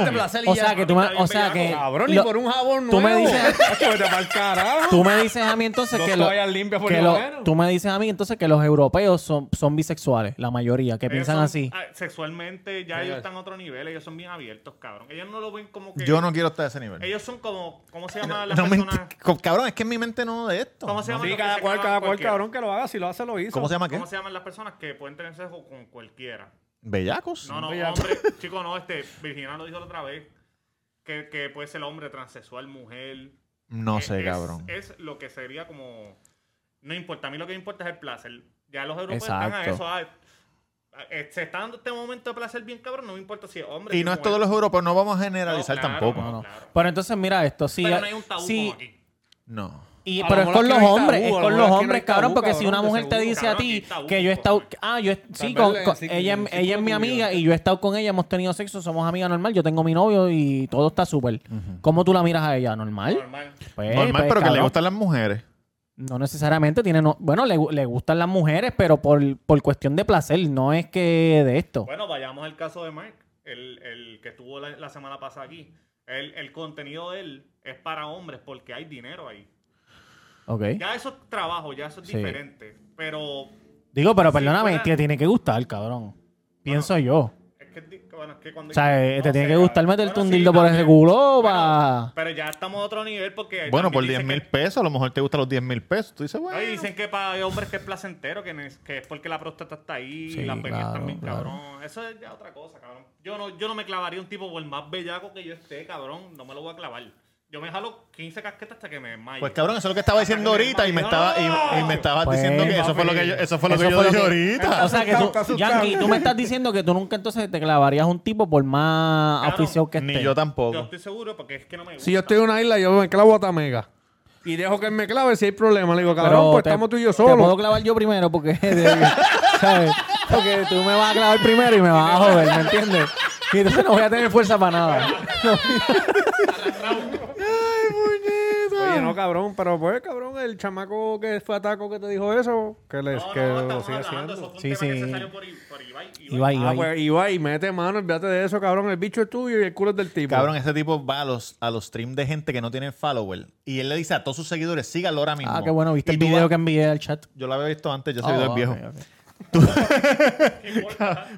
Speaker 4: sea que tú me,
Speaker 9: Está
Speaker 4: o
Speaker 9: bien
Speaker 4: sea que
Speaker 9: bellaco,
Speaker 3: Ah, Cabrón, y
Speaker 4: lo-
Speaker 3: por un jabón
Speaker 4: tú me
Speaker 3: nuevo.
Speaker 4: dices-
Speaker 3: Vete pa'l carajo.
Speaker 4: tú me dices a mí entonces
Speaker 3: Dos
Speaker 4: que, lo-
Speaker 3: toallas limpias por
Speaker 4: que
Speaker 3: lo
Speaker 4: lo-
Speaker 3: menos.
Speaker 4: tú me dices a mí entonces que los europeos son, son bisexuales, la mayoría, que
Speaker 9: Ellos
Speaker 4: piensan
Speaker 9: son-
Speaker 4: así.
Speaker 9: ah, Sexualmente ya
Speaker 3: Sí,
Speaker 9: ellos
Speaker 3: es.
Speaker 9: están a otro nivel, ellos son bien abiertos, cabrón. Ellos no lo ven como que...
Speaker 2: Yo no quiero estar a ese nivel.
Speaker 9: Ellos son como... ¿Cómo se llama la
Speaker 2: No me-
Speaker 9: persona?
Speaker 2: co- Cabrón, es que en mi mente no de esto.
Speaker 9: ¿Cómo se llama?
Speaker 3: Sí,
Speaker 9: los que
Speaker 3: cada
Speaker 9: se
Speaker 3: cual,
Speaker 9: clavan
Speaker 3: cada cual,
Speaker 9: cualquiera?
Speaker 3: cabrón, que lo haga. Si lo hace, lo hizo.
Speaker 2: ¿Cómo se llama qué?
Speaker 9: ¿Cómo se llaman las personas que pueden tener sexo con cualquiera?
Speaker 2: ¿Bellacos?
Speaker 9: No, no,
Speaker 3: Bellaco.
Speaker 9: hombre. chico, no, este... Virginia lo dijo la otra vez. Que, que puede ser hombre, transexual, mujer.
Speaker 2: No
Speaker 9: Eh,
Speaker 2: sé,
Speaker 9: es-
Speaker 2: cabrón.
Speaker 9: Es lo que sería como... No importa, a mí lo que me importa es el placer. Ya los europeos están a
Speaker 4: Exacto.
Speaker 9: eso. ah, eh, se está dando este momento de placer bien cabrón, no me importa si es hombre. si
Speaker 2: Y
Speaker 9: es
Speaker 2: no es
Speaker 9: mujer.
Speaker 2: todos los europeos, no vamos a generalizar
Speaker 9: No, claro,
Speaker 2: tampoco.
Speaker 4: No, no.
Speaker 9: claro.
Speaker 4: Pero entonces mira esto, sí,
Speaker 9: Pero no hay un tabú
Speaker 4: sí,
Speaker 9: como aquí.
Speaker 2: No.
Speaker 4: Y,
Speaker 3: A lo
Speaker 4: pero es
Speaker 3: mejor aquí
Speaker 4: con los
Speaker 3: no hay tabú,
Speaker 4: hombres,
Speaker 3: a
Speaker 4: es
Speaker 3: lo mejor aquí
Speaker 4: con los
Speaker 3: no
Speaker 4: hombres,
Speaker 3: hay tabú,
Speaker 4: cabrón, porque si
Speaker 3: cabrón,
Speaker 4: una
Speaker 3: de
Speaker 4: mujer te
Speaker 3: seguro.
Speaker 4: dice a
Speaker 9: Cabrón,
Speaker 4: ti
Speaker 9: aquí hay tabú,
Speaker 4: que yo he estado,
Speaker 9: cabrón.
Speaker 4: ah, yo he- sí,
Speaker 3: vez
Speaker 4: con-
Speaker 3: en
Speaker 4: con-
Speaker 3: círculo-
Speaker 4: ella,
Speaker 3: en
Speaker 4: ella es mi
Speaker 3: círculo
Speaker 4: amiga
Speaker 3: tuyo.
Speaker 4: y yo he estado con ella, hemos tenido sexo, somos amigas normal, yo tengo mi novio y todo está súper. ¿Cómo tú la miras a ella? ¿Normal?
Speaker 9: Normal.
Speaker 4: Pues,
Speaker 2: Normal,
Speaker 4: pues,
Speaker 2: pero que le
Speaker 4: cabrón.
Speaker 2: gustan las mujeres.
Speaker 9: Eh,
Speaker 4: No necesariamente tiene. no- bueno, le, gu- le gustan las mujeres, pero por, por cuestión de placer, no es que de esto.
Speaker 9: Bueno, vayamos al caso de Mike, el, el que estuvo la, la semana pasada aquí. El, el contenido de él es para hombres porque hay dinero ahí.
Speaker 4: Ok.
Speaker 9: Ya eso es trabajo, ya eso es
Speaker 4: Sí.
Speaker 9: diferente. Pero
Speaker 4: Digo, pero
Speaker 9: si
Speaker 4: perdóname,
Speaker 9: fuera-
Speaker 4: te tiene que gustar, cabrón. Pienso yo.
Speaker 9: es que, es di- bueno, es que cuando...
Speaker 4: O sea, eh, te
Speaker 9: no
Speaker 4: tiene
Speaker 9: sé,
Speaker 4: que gustar
Speaker 9: cabrón.
Speaker 4: meterte un
Speaker 9: sí,
Speaker 4: dildo por ese
Speaker 9: también.
Speaker 4: culo
Speaker 9: Pero-
Speaker 4: pa-
Speaker 9: Pero ya estamos a otro nivel porque...
Speaker 2: Bueno,
Speaker 9: también
Speaker 2: por 10
Speaker 9: dicen
Speaker 2: mil
Speaker 9: que-
Speaker 2: pesos, a lo mejor te gustan los 10 mil pesos. Tú dices, bueno.
Speaker 9: Ay, dicen que para hombres que es placentero, que, nes- que es porque la próstata está ahí,
Speaker 4: Sí,
Speaker 9: las venidas
Speaker 4: claro,
Speaker 9: también,
Speaker 4: claro.
Speaker 9: cabrón. Eso es ya otra cosa, cabrón. Yo no, yo no me clavaría un tipo por más bellaco que yo esté, cabrón. No me lo voy a clavar. Yo me jalo 15 casquetas hasta que me desmaye.
Speaker 2: Pues cabrón, eso es lo que estaba diciendo ahorita y me estaba y, y me estabas
Speaker 4: Pues,
Speaker 2: diciendo que eso fue lo que yo, eso fue lo que yo dije ahorita.
Speaker 4: O sea, que
Speaker 3: Está
Speaker 4: tú,
Speaker 3: asustado.
Speaker 4: Yankee, tú me estás diciendo que tú nunca entonces te clavarías un tipo por más
Speaker 9: Claro,
Speaker 4: afición que esté.
Speaker 2: Ni yo
Speaker 9: Yo
Speaker 2: tampoco.
Speaker 9: estoy seguro porque es que no me gusta.
Speaker 3: Si yo estoy en una isla, yo me clavo a Tamega. Y dejo que él me clave si hay problema. Le digo, cabrón, pues
Speaker 4: te-
Speaker 3: estamos tú y yo
Speaker 4: Te puedo
Speaker 3: solos.
Speaker 4: clavar yo primero porque, ¿sabes? porque tú me vas a clavar primero y me vas a joder, ¿me entiendes? Y entonces no voy a tener fuerza para nada.
Speaker 3: Oye, no, cabrón, pero pues, cabrón, el chamaco que fue a Taco que te dijo eso, que, les,
Speaker 9: no,
Speaker 3: que
Speaker 9: no,
Speaker 3: lo
Speaker 9: estamos
Speaker 3: sigue haciendo.
Speaker 9: hablando, eso fue un
Speaker 4: Sí,
Speaker 9: tema que
Speaker 4: sí.
Speaker 9: se salió por, I- por Ibai.
Speaker 4: Ibai,
Speaker 3: Ah,
Speaker 4: Ibai.
Speaker 3: pues iba y mete mano, olvídate de eso, cabrón. El bicho es tuyo y el culo es del tipo.
Speaker 2: Cabrón, ese tipo va a los, a los streams de gente que no tienen follower y él le dice a todos sus seguidores, sígalo ahora mismo.
Speaker 4: Ah, qué bueno, viste
Speaker 2: Y
Speaker 4: el
Speaker 2: tú
Speaker 4: video
Speaker 2: vas-
Speaker 4: que envié al chat.
Speaker 2: Yo lo había visto antes, yo ese
Speaker 4: Ah,
Speaker 3: Oh,
Speaker 2: video es
Speaker 4: ok,
Speaker 2: viejo.
Speaker 4: ok.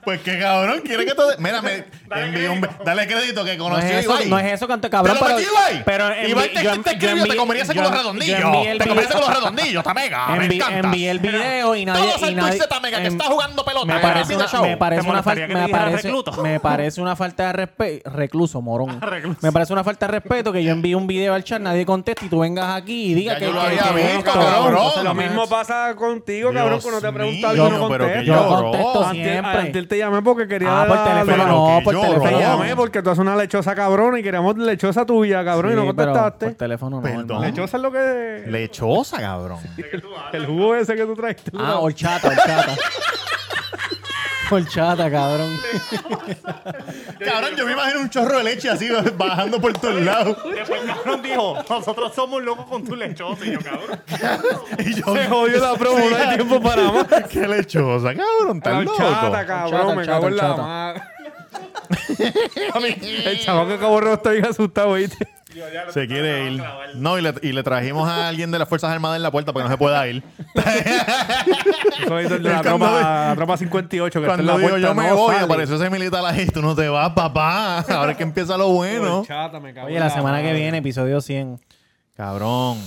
Speaker 2: Pues qué cabrón, quiere que todo. Mira, me
Speaker 9: Dale
Speaker 2: envió un-
Speaker 9: crédito.
Speaker 2: Dale crédito que
Speaker 4: No es,
Speaker 2: conocí a
Speaker 4: eso,
Speaker 2: Ibai.
Speaker 4: no es eso, canto cabrón.
Speaker 2: Te lo
Speaker 4: pero,
Speaker 2: metí, Ibai.
Speaker 4: pero
Speaker 2: Ibai te,
Speaker 4: envi- yo-
Speaker 2: te
Speaker 4: yo
Speaker 2: escribió, te
Speaker 4: envié-
Speaker 2: comerías ese con
Speaker 4: yo-
Speaker 2: los
Speaker 4: yo
Speaker 2: redondillos.
Speaker 4: envié el
Speaker 2: Te comerías ese con los
Speaker 4: video-
Speaker 2: redondillos, Tamega. Me
Speaker 4: envi-
Speaker 2: encanta.
Speaker 4: Envié el video y nadie.
Speaker 2: Todos
Speaker 4: y
Speaker 2: al
Speaker 4: nadie-
Speaker 2: Twitter Tamega que
Speaker 4: em-
Speaker 2: está jugando pelota. eh,
Speaker 4: Me
Speaker 2: en
Speaker 4: parece,
Speaker 2: el
Speaker 4: una,
Speaker 2: show.
Speaker 4: me parece
Speaker 9: ¿Te
Speaker 4: una
Speaker 9: molestaría
Speaker 4: falta
Speaker 9: que
Speaker 4: me
Speaker 9: te dijera
Speaker 4: parece-
Speaker 9: recluto?
Speaker 4: me parece una falta de respeto recluso morón me parece una falta de respeto que yo envíe un video al chat nadie conteste y tú vengas aquí y digas
Speaker 2: Ya
Speaker 4: que
Speaker 2: yo lo
Speaker 4: que-
Speaker 2: había
Speaker 4: que-
Speaker 2: visto,
Speaker 4: que-
Speaker 2: cabrón.
Speaker 4: entonces
Speaker 3: Lo
Speaker 2: No,
Speaker 3: mismo pasa contigo,
Speaker 2: Dios
Speaker 3: cabrón, cuando te pregunta
Speaker 2: mío,
Speaker 3: algo y no
Speaker 2: pero que
Speaker 3: contestas.
Speaker 4: yo
Speaker 2: lloró.
Speaker 4: contesto
Speaker 3: Antes-
Speaker 4: siempre.
Speaker 3: antes te llamé porque quería
Speaker 4: ah por
Speaker 3: darle-
Speaker 4: teléfono
Speaker 2: pero
Speaker 4: no
Speaker 2: que
Speaker 4: por
Speaker 2: yo,
Speaker 3: Te
Speaker 2: Cabrón.
Speaker 3: llamé
Speaker 4: teléfono
Speaker 3: porque tú haces una lechosa cabrón y queríamos lechosa tuya, cabrón, y no
Speaker 4: Sí, pero
Speaker 3: contestaste.
Speaker 4: por teléfono no
Speaker 2: Perdón.
Speaker 4: hermano.
Speaker 3: Lechosa es lo que.
Speaker 2: Lechosa, cabrón.
Speaker 3: el jugo ese que tú trajiste.
Speaker 4: ah horchata horchata horchata cabrón
Speaker 2: Cabrón, yo me imagino un chorro de leche así bajando por todos lados.
Speaker 9: Después pues, cabrón dijo, nosotros somos locos con tu lechosa. Y yo, cabrón.
Speaker 2: Y yo, ah,
Speaker 3: Se jodió la promo, no hay tiempo para más.
Speaker 2: qué lechosa, cabrón,
Speaker 3: La
Speaker 2: tan loco.
Speaker 3: horchata, cabrón,
Speaker 4: Horchata,
Speaker 3: me cago en la
Speaker 4: horchata.
Speaker 3: madre. El chaval que acabó roto estoy asustado, ¿viste?
Speaker 9: Yo ya lo-
Speaker 2: Se quiere ir.
Speaker 9: clavar.
Speaker 2: No, y le, y le trajimos a alguien de las Fuerzas Armadas en la puerta para que no se pueda ir.
Speaker 3: Soy de la
Speaker 2: Cuando
Speaker 3: tropa, la tropa 58 que está en la
Speaker 2: Cuando digo
Speaker 3: puerta.
Speaker 2: yo me
Speaker 3: no
Speaker 2: voy,
Speaker 3: sale.
Speaker 2: apareció ese militar ahí. Tú no te vas, papá. Ahora es que empieza lo bueno.
Speaker 3: Horchata, me cago
Speaker 4: oye
Speaker 3: en
Speaker 4: la semana que
Speaker 3: madre.
Speaker 4: viene episodio 100
Speaker 2: Cabrón.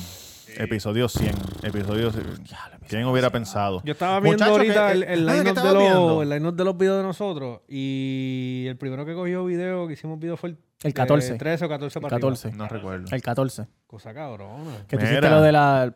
Speaker 2: Episodio 100. Episodio 100. ¿Quién hubiera pensado?
Speaker 3: Yo estaba viendo
Speaker 2: Muchacho,
Speaker 3: ahorita
Speaker 2: ¿qué-
Speaker 3: el,
Speaker 2: qué-
Speaker 3: el
Speaker 2: ah, ¿qué
Speaker 3: line-up de
Speaker 2: estabas viendo?
Speaker 3: los, el line-up de los videos de nosotros y el primero que cogió video, que hicimos video fue el,
Speaker 4: El
Speaker 3: de
Speaker 4: 14.
Speaker 3: 13 o 14
Speaker 4: el
Speaker 3: para
Speaker 4: 14
Speaker 2: No recuerdo.
Speaker 4: el 14
Speaker 3: Cosa cabrona.
Speaker 4: que tú
Speaker 2: Mira.
Speaker 4: hiciste lo de la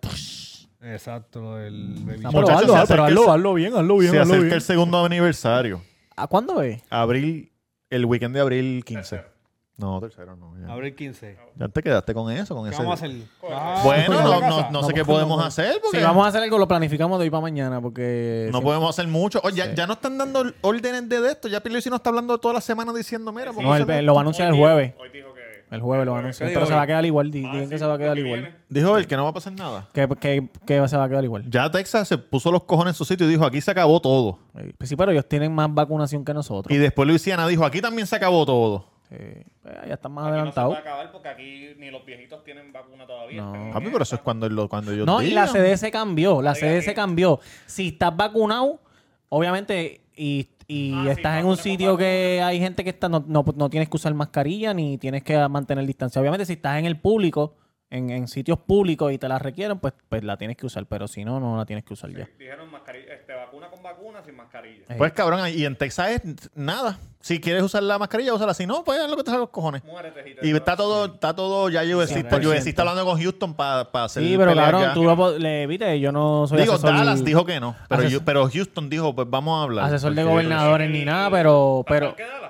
Speaker 3: Exacto, lo del
Speaker 2: Mm.
Speaker 3: baby
Speaker 4: Ah,
Speaker 3: shower.
Speaker 4: pero
Speaker 2: Muchachos,
Speaker 4: hazlo,
Speaker 2: se
Speaker 4: ah, pero
Speaker 2: acerca el-
Speaker 4: hazlo, hazlo bien hazlo bien
Speaker 2: Se
Speaker 4: hazlo
Speaker 2: acerca
Speaker 4: bien.
Speaker 2: el segundo aniversario.
Speaker 4: ¿a cuándo es?
Speaker 2: Abril, el weekend de abril 15. No, tercero no. Ya,
Speaker 3: Abril 15.
Speaker 2: Ya te quedaste con eso, con
Speaker 3: ¿Qué
Speaker 2: ese.
Speaker 3: vamos a hacer? Ah,
Speaker 2: Bueno, no, no- no
Speaker 10: Vamos
Speaker 2: sé qué
Speaker 3: pues,
Speaker 10: con
Speaker 2: podemos
Speaker 10: nosotros.
Speaker 2: hacer porque
Speaker 4: Si vamos a hacer algo, lo planificamos de hoy para mañana porque...
Speaker 2: no
Speaker 4: si-
Speaker 2: podemos hacer mucho. Oye, ya, ya no están dando órdenes de esto. Ya Pierluisi nos está hablando toda la semana diciendo, mira, vamos
Speaker 4: No,
Speaker 2: a
Speaker 4: el-
Speaker 2: hacer
Speaker 4: el-
Speaker 2: esto.
Speaker 4: lo va a anunciar el jueves.
Speaker 9: Hoy dijo que.
Speaker 4: El jueves lo va a anunciar.
Speaker 3: ¿Qué
Speaker 4: Pero
Speaker 3: dijo
Speaker 4: se va
Speaker 3: hoy?
Speaker 4: a quedar igual. di-
Speaker 9: Ah,
Speaker 4: Dicen que
Speaker 9: sí,
Speaker 4: se va a quedar
Speaker 9: lo que
Speaker 4: igual.
Speaker 9: viene.
Speaker 2: Dijo él que no va a pasar nada.
Speaker 4: Que, que, que se va a quedar igual.
Speaker 2: Ya Texas se puso los cojones en su sitio y dijo, aquí se acabó todo.
Speaker 4: Eh, pues sí, pero ellos tienen más vacunación que nosotros.
Speaker 2: Y después Luisiana dijo, aquí también se acabó todo.
Speaker 4: Eh, pues, ya están más
Speaker 9: Aquí no se puede
Speaker 4: adelantados.
Speaker 9: acabar porque aquí ni los viejitos tienen vacuna todavía. Este,
Speaker 4: No.
Speaker 9: Están-
Speaker 2: Papi, pero eso es cuando, lo- cuando yo
Speaker 4: No, y la
Speaker 2: diga.
Speaker 4: CDC cambió. La
Speaker 9: Oiga, eh.
Speaker 4: CDC
Speaker 9: que-
Speaker 4: cambió. Si estás vacunado, obviamente, y, y
Speaker 9: Ah,
Speaker 4: estás
Speaker 9: sí,
Speaker 4: en
Speaker 9: vacuna
Speaker 4: un
Speaker 9: con
Speaker 4: sitio que hay gente que está, no, no, no tienes que usar mascarilla ni tienes que mantener distancia. Obviamente, si estás en el público, en, en sitios públicos y te la requieren, pues, pues la tienes que usar. Pero si no, no la tienes que usar ya.
Speaker 9: Dijeron mascarilla, este, vacuna con vacuna, sin mascarilla.
Speaker 4: Eh,
Speaker 2: Pues cabrón, y en Texas es nada. Si quieres usar la mascarilla, úsala. Si no, pues haz lo que te salga los cojones.
Speaker 9: Muérete, Hitler.
Speaker 2: Y está todo, está todo, ya yo está
Speaker 4: 100%.
Speaker 2: hablando con Houston para hacer
Speaker 4: sí, pero
Speaker 2: peleas
Speaker 4: cabrón,
Speaker 2: ya.
Speaker 4: tú lo po- le viste, yo no soy
Speaker 2: Digo,
Speaker 4: asesor-
Speaker 2: Dallas dijo que no, pero,
Speaker 4: Asesor-
Speaker 2: yo- pero Houston dijo, pues vamos a hablar.
Speaker 4: asesor de
Speaker 2: Porque-
Speaker 4: gobernadores ni nada, pero, pero
Speaker 9: ¿Para qué Dallas?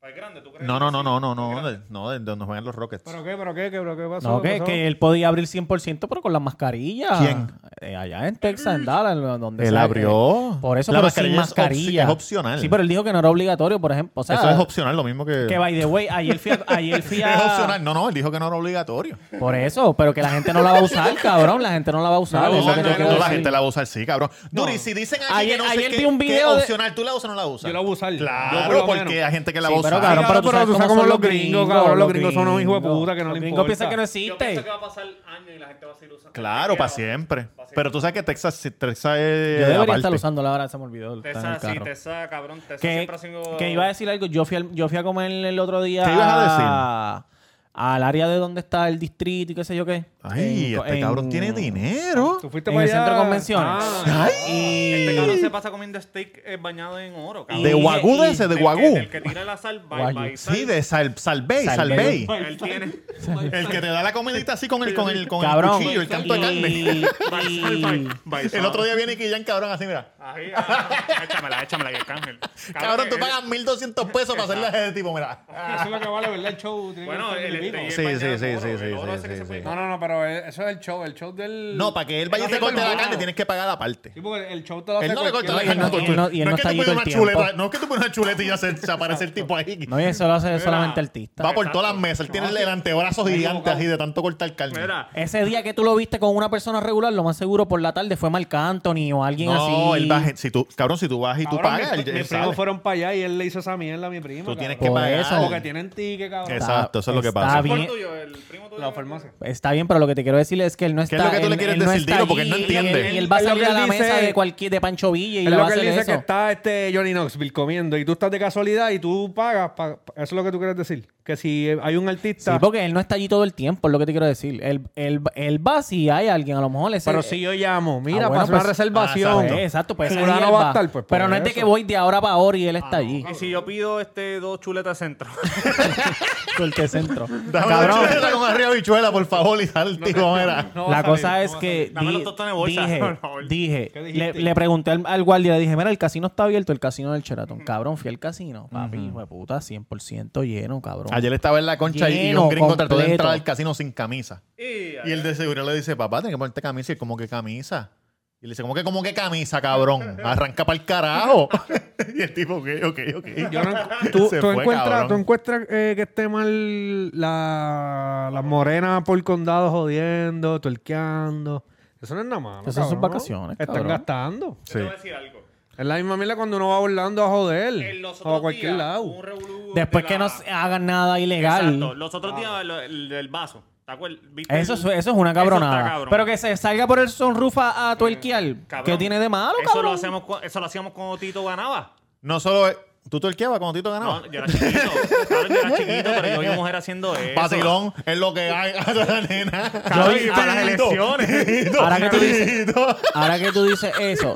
Speaker 9: ¿Para el pues, grande? ¿Tú crees?
Speaker 2: No, no, no, no, no,
Speaker 9: ¿Para el
Speaker 2: no,
Speaker 9: grande?
Speaker 2: de- no, de donde juegan los Rockets.
Speaker 3: ¿Pero qué? ¿Pero qué? ¿Qué, pero qué pasó?
Speaker 4: No, que,
Speaker 3: ¿Pasó?
Speaker 4: que él podía abrir 100%, pero con las mascarillas.
Speaker 2: ¿Quién?
Speaker 4: Eh, allá en Texas, en Dallas, en donde
Speaker 2: Él
Speaker 4: sea que-
Speaker 2: abrió.
Speaker 4: Por eso,
Speaker 2: La
Speaker 4: pero
Speaker 2: mascarilla es
Speaker 4: sin
Speaker 2: opci-
Speaker 4: mascarilla.
Speaker 2: es opcional.
Speaker 4: Sí, pero él dijo que no era obligatorio, por ejemplo. O sea,
Speaker 2: Eso es opcional, lo mismo que...
Speaker 4: que by the way, ayer fui a... Ayer fui a-
Speaker 2: Es opcional. No, no, él dijo que no era obligatorio.
Speaker 4: Por eso, pero que la gente no la va a usar, cabrón. La gente no la va a usar.
Speaker 3: No,
Speaker 4: es lo que
Speaker 3: no,
Speaker 4: te
Speaker 3: no,
Speaker 4: quiero
Speaker 2: la
Speaker 4: decir.
Speaker 2: gente la va a usar, sí, cabrón. Duri, si dicen aquí
Speaker 4: Ayer-
Speaker 2: que no
Speaker 4: ayer
Speaker 2: sé
Speaker 4: vi
Speaker 2: qué,
Speaker 4: un
Speaker 2: qué
Speaker 4: video de-
Speaker 2: opcional, ¿tú la usas o no la usas?
Speaker 3: Yo la voy a usar. Yo por
Speaker 2: Claro,
Speaker 3: lo
Speaker 2: porque
Speaker 3: menos.
Speaker 2: hay gente que la
Speaker 4: Sí,
Speaker 2: va a
Speaker 4: pero
Speaker 2: usar.
Speaker 4: cabrón,
Speaker 3: Sí,
Speaker 4: pero tú sabes
Speaker 3: tú sabes
Speaker 4: cómo
Speaker 3: cómo
Speaker 4: son
Speaker 3: los
Speaker 4: los
Speaker 3: gringos,
Speaker 4: gringos,
Speaker 3: cabrón. Los
Speaker 4: los
Speaker 3: gringos son unos hijos de
Speaker 4: gringos.
Speaker 3: puta que no
Speaker 4: Los
Speaker 3: les
Speaker 4: gringos piensan
Speaker 3: importa.
Speaker 4: que no
Speaker 9: Yo pienso que
Speaker 4: existe.
Speaker 9: va a pasar años y la gente va a seguir usando.
Speaker 2: Claro, para siempre. Pero tú sabes que Texas, sí, Texas es.
Speaker 4: Yo debería
Speaker 2: aparte.
Speaker 4: estar usando la hora, se me olvidó. está en el
Speaker 9: Tesa, sí,
Speaker 4: carro.
Speaker 9: Tesa, cabrón. Tesa
Speaker 4: que,
Speaker 9: siempre ha sido. este
Speaker 4: que iba a decir algo. Yo fui, al- yo fui a comer el otro día.
Speaker 2: ¿Qué ibas a decir?
Speaker 4: a- Al área de donde está el distrito y qué sé yo qué.
Speaker 2: Ay,
Speaker 4: En-
Speaker 2: este
Speaker 4: en-
Speaker 2: cabrón tiene dinero.
Speaker 3: ¿Tú fuiste
Speaker 4: en
Speaker 3: para
Speaker 4: el
Speaker 3: allá?
Speaker 4: centro de convenciones.
Speaker 3: Ah.
Speaker 9: Este cabrón se pasa comiendo steak eh, bañado en oro, cabrón.
Speaker 2: De
Speaker 4: Y-
Speaker 2: Wagú de
Speaker 4: y-
Speaker 2: ese, de
Speaker 9: Del que-
Speaker 2: Wagú.
Speaker 9: del que tira la sal, bye,
Speaker 4: Wagyu.
Speaker 9: bye, sal.
Speaker 2: Sí, de sal, Salvey,
Speaker 4: Salvey.
Speaker 2: Salvey.
Speaker 9: Él tiene.
Speaker 2: El que te da la comidita así con el, con el, con el
Speaker 4: Cabrón.
Speaker 2: cuchillo, el canto de carne.
Speaker 4: Y- y-
Speaker 2: El otro día viene Quillán, cabrón, así, mira.
Speaker 9: Ahí, ah, échamela, échamela, que es cángel.
Speaker 2: Cabrón, tú
Speaker 9: él-
Speaker 2: pagas 1200 pesos para hacerle a ese tipo, mira.
Speaker 3: Eso es lo que vale, ¿verdad? El show. tiene que
Speaker 9: Bueno,
Speaker 3: estar
Speaker 9: el
Speaker 3: limpito.
Speaker 9: steak.
Speaker 2: Sí,
Speaker 9: bañado
Speaker 2: sí,
Speaker 9: en
Speaker 2: sí, sí,
Speaker 9: oro, el
Speaker 2: sí,
Speaker 9: oro
Speaker 2: sí,
Speaker 9: ese que
Speaker 2: sí,
Speaker 9: se
Speaker 2: sí.
Speaker 9: puede-
Speaker 3: No, no, no, pero e, eso es el show. El show del...
Speaker 2: No, para que él vaya y te corte la carne, tienes que pagar aparte.
Speaker 3: Sí, porque el show te lo hace
Speaker 2: Él no le corta la
Speaker 3: cualquiera.
Speaker 2: carne a todo el
Speaker 4: y él no- y él
Speaker 2: es
Speaker 4: no
Speaker 2: que
Speaker 4: está
Speaker 2: tú
Speaker 4: allí todo
Speaker 2: pones
Speaker 4: el
Speaker 2: una chuleta-
Speaker 4: tiempo.
Speaker 2: No es que tú pones una chuleta y ya se se aparece el tipo ahí.
Speaker 4: No, y eso lo hace solamente artista.
Speaker 2: Va por todas las mesas. Él tiene el antebrazo gigante así de tanto cortar carne.
Speaker 9: Mira,
Speaker 4: Ese día que tú lo viste con una persona regular, lo más seguro por la tarde fue Marc Anthony o alguien así.
Speaker 2: No, él va, si tú, cabrón, si tú vas y tú
Speaker 3: Cabrón,
Speaker 2: pagas,
Speaker 3: mi-
Speaker 2: él- él
Speaker 3: Mis
Speaker 2: sale.
Speaker 3: primos fueron para allá y él le hizo esa mierda a mi primo.
Speaker 2: Tú tienes que
Speaker 3: cabrón.
Speaker 4: Por
Speaker 2: pagar.
Speaker 4: eso.
Speaker 3: Porque tienen ticket, cabrón.
Speaker 2: Exacto. eso es lo que
Speaker 4: está
Speaker 2: pasa.
Speaker 9: ¿cuál
Speaker 4: Bien,
Speaker 9: tuyo? El primo tuyo.
Speaker 3: La farmacia.
Speaker 4: está bien, pero lo que te quiero decir es que él no
Speaker 2: ¿Qué
Speaker 4: está.
Speaker 2: es lo que tú
Speaker 4: él-
Speaker 2: le quieres
Speaker 4: él no
Speaker 2: decir?
Speaker 4: está
Speaker 2: Dilo, porque
Speaker 4: allí,
Speaker 2: él no
Speaker 4: y él-
Speaker 2: entiende.
Speaker 4: Y él va a
Speaker 3: Es lo
Speaker 4: salir
Speaker 3: que
Speaker 4: a la
Speaker 3: él dice-
Speaker 4: mesa de cualquier de Pancho Villa y
Speaker 3: Es
Speaker 4: le va
Speaker 3: lo
Speaker 4: a
Speaker 3: que él
Speaker 4: hacer
Speaker 3: dice que
Speaker 4: eso.
Speaker 3: está este Johnny Knoxville comiendo y tú estás de casualidad y tú pagas. pa- pa- eso es lo que tú quieres decir. Que si eh, hay un
Speaker 4: Sí,
Speaker 3: artista.
Speaker 4: porque él no está allí todo el tiempo, es lo que te quiero decir. Él, él- él va si hay alguien, a lo mejor le
Speaker 3: pero si yo llamo, mira,
Speaker 4: Ah, bueno,
Speaker 3: para hacer una
Speaker 4: pues-
Speaker 3: reservación.
Speaker 4: Exacto, exacto pues ese
Speaker 3: Fulano
Speaker 4: día él
Speaker 3: va a
Speaker 4: va.
Speaker 3: estar, pues, por
Speaker 4: pero no es de
Speaker 3: eso. Ah,
Speaker 4: que voy de ahora para ahora y él está allí.
Speaker 9: Y si yo pido este dos chuletas centro.
Speaker 4: Por el centro.
Speaker 2: Dame una chuleta con arriba bichuela, por favor, y sal el tipo, mira.
Speaker 3: No va a
Speaker 4: la
Speaker 3: salir,
Speaker 4: cosa
Speaker 3: no
Speaker 4: es
Speaker 3: va a
Speaker 4: que
Speaker 9: Dame
Speaker 4: di-
Speaker 9: los tostones de bolsa,
Speaker 4: dije,
Speaker 9: por favor.
Speaker 4: dije,
Speaker 3: ¿Qué
Speaker 4: le,
Speaker 3: dijiste?
Speaker 4: le pregunté al, al guardia, le dije, mira, el casino está abierto, el casino del Sheraton. Cabrón, fui al casino. Papi, hijo de puta, 100% lleno, cabrón.
Speaker 2: Ayer estaba en la concha y- y
Speaker 4: Lleno,
Speaker 2: un gringo trató de
Speaker 4: completo.
Speaker 2: entrar al casino sin camisa.
Speaker 9: y
Speaker 2: Y el de seguridad le dice, papá, tienes que ponerte camisa. Y él, ¿cómo que camisa? Y le dice, ¿cómo que, cómo que camisa, cabrón? Arranca para el carajo. y el tipo, ok, ok, ok.
Speaker 3: Yo no- tú,
Speaker 2: Se
Speaker 3: tú
Speaker 2: fue,
Speaker 3: encuentras,
Speaker 2: cabrón.
Speaker 3: tú encuentras eh, que esté mal la, las morenas por condado jodiendo, tuerqueando. Eso no es nada malo.
Speaker 4: Esas son
Speaker 3: cabrón.
Speaker 4: vacaciones,
Speaker 3: Están
Speaker 4: cabrón.
Speaker 3: gastando.
Speaker 9: Yo te voy a decir algo.
Speaker 3: Es la misma mierda cuando uno va volando a joder.
Speaker 9: En los
Speaker 3: O
Speaker 9: otros
Speaker 3: a cualquier
Speaker 9: días,
Speaker 3: lado.
Speaker 9: hubo un revolú
Speaker 4: Después
Speaker 9: de
Speaker 4: que
Speaker 9: la-
Speaker 4: no se hagan nada ilegal.
Speaker 9: Exacto. Los otros días, lo- el del vaso. ¿Te acuerdas? ¿Viste
Speaker 4: Eso,
Speaker 9: el-
Speaker 4: es- eso es una
Speaker 9: Eso está
Speaker 4: cabronada.
Speaker 9: cabrón. Eh,
Speaker 4: Pero que se salga por el sunroof a, a tuerquear.
Speaker 9: Cabrón.
Speaker 4: ¿Qué tiene de malo,
Speaker 9: Eso lo,
Speaker 4: cabrón?
Speaker 9: hacemos, cu- eso lo hacíamos cuando Tito ganaba.
Speaker 2: No solo... es- ¿Tú torqueabas cuando Tito ganaba?
Speaker 9: No, yo era chiquito. Cabrón, yo era chiquito, pero yo vi mujer haciendo eso.
Speaker 2: Vacilón es lo que hay. nena.
Speaker 9: Cabrón, y para las elecciones.
Speaker 4: Ahora que tú dices-
Speaker 2: Tito,
Speaker 4: Ahora que tú dices eso,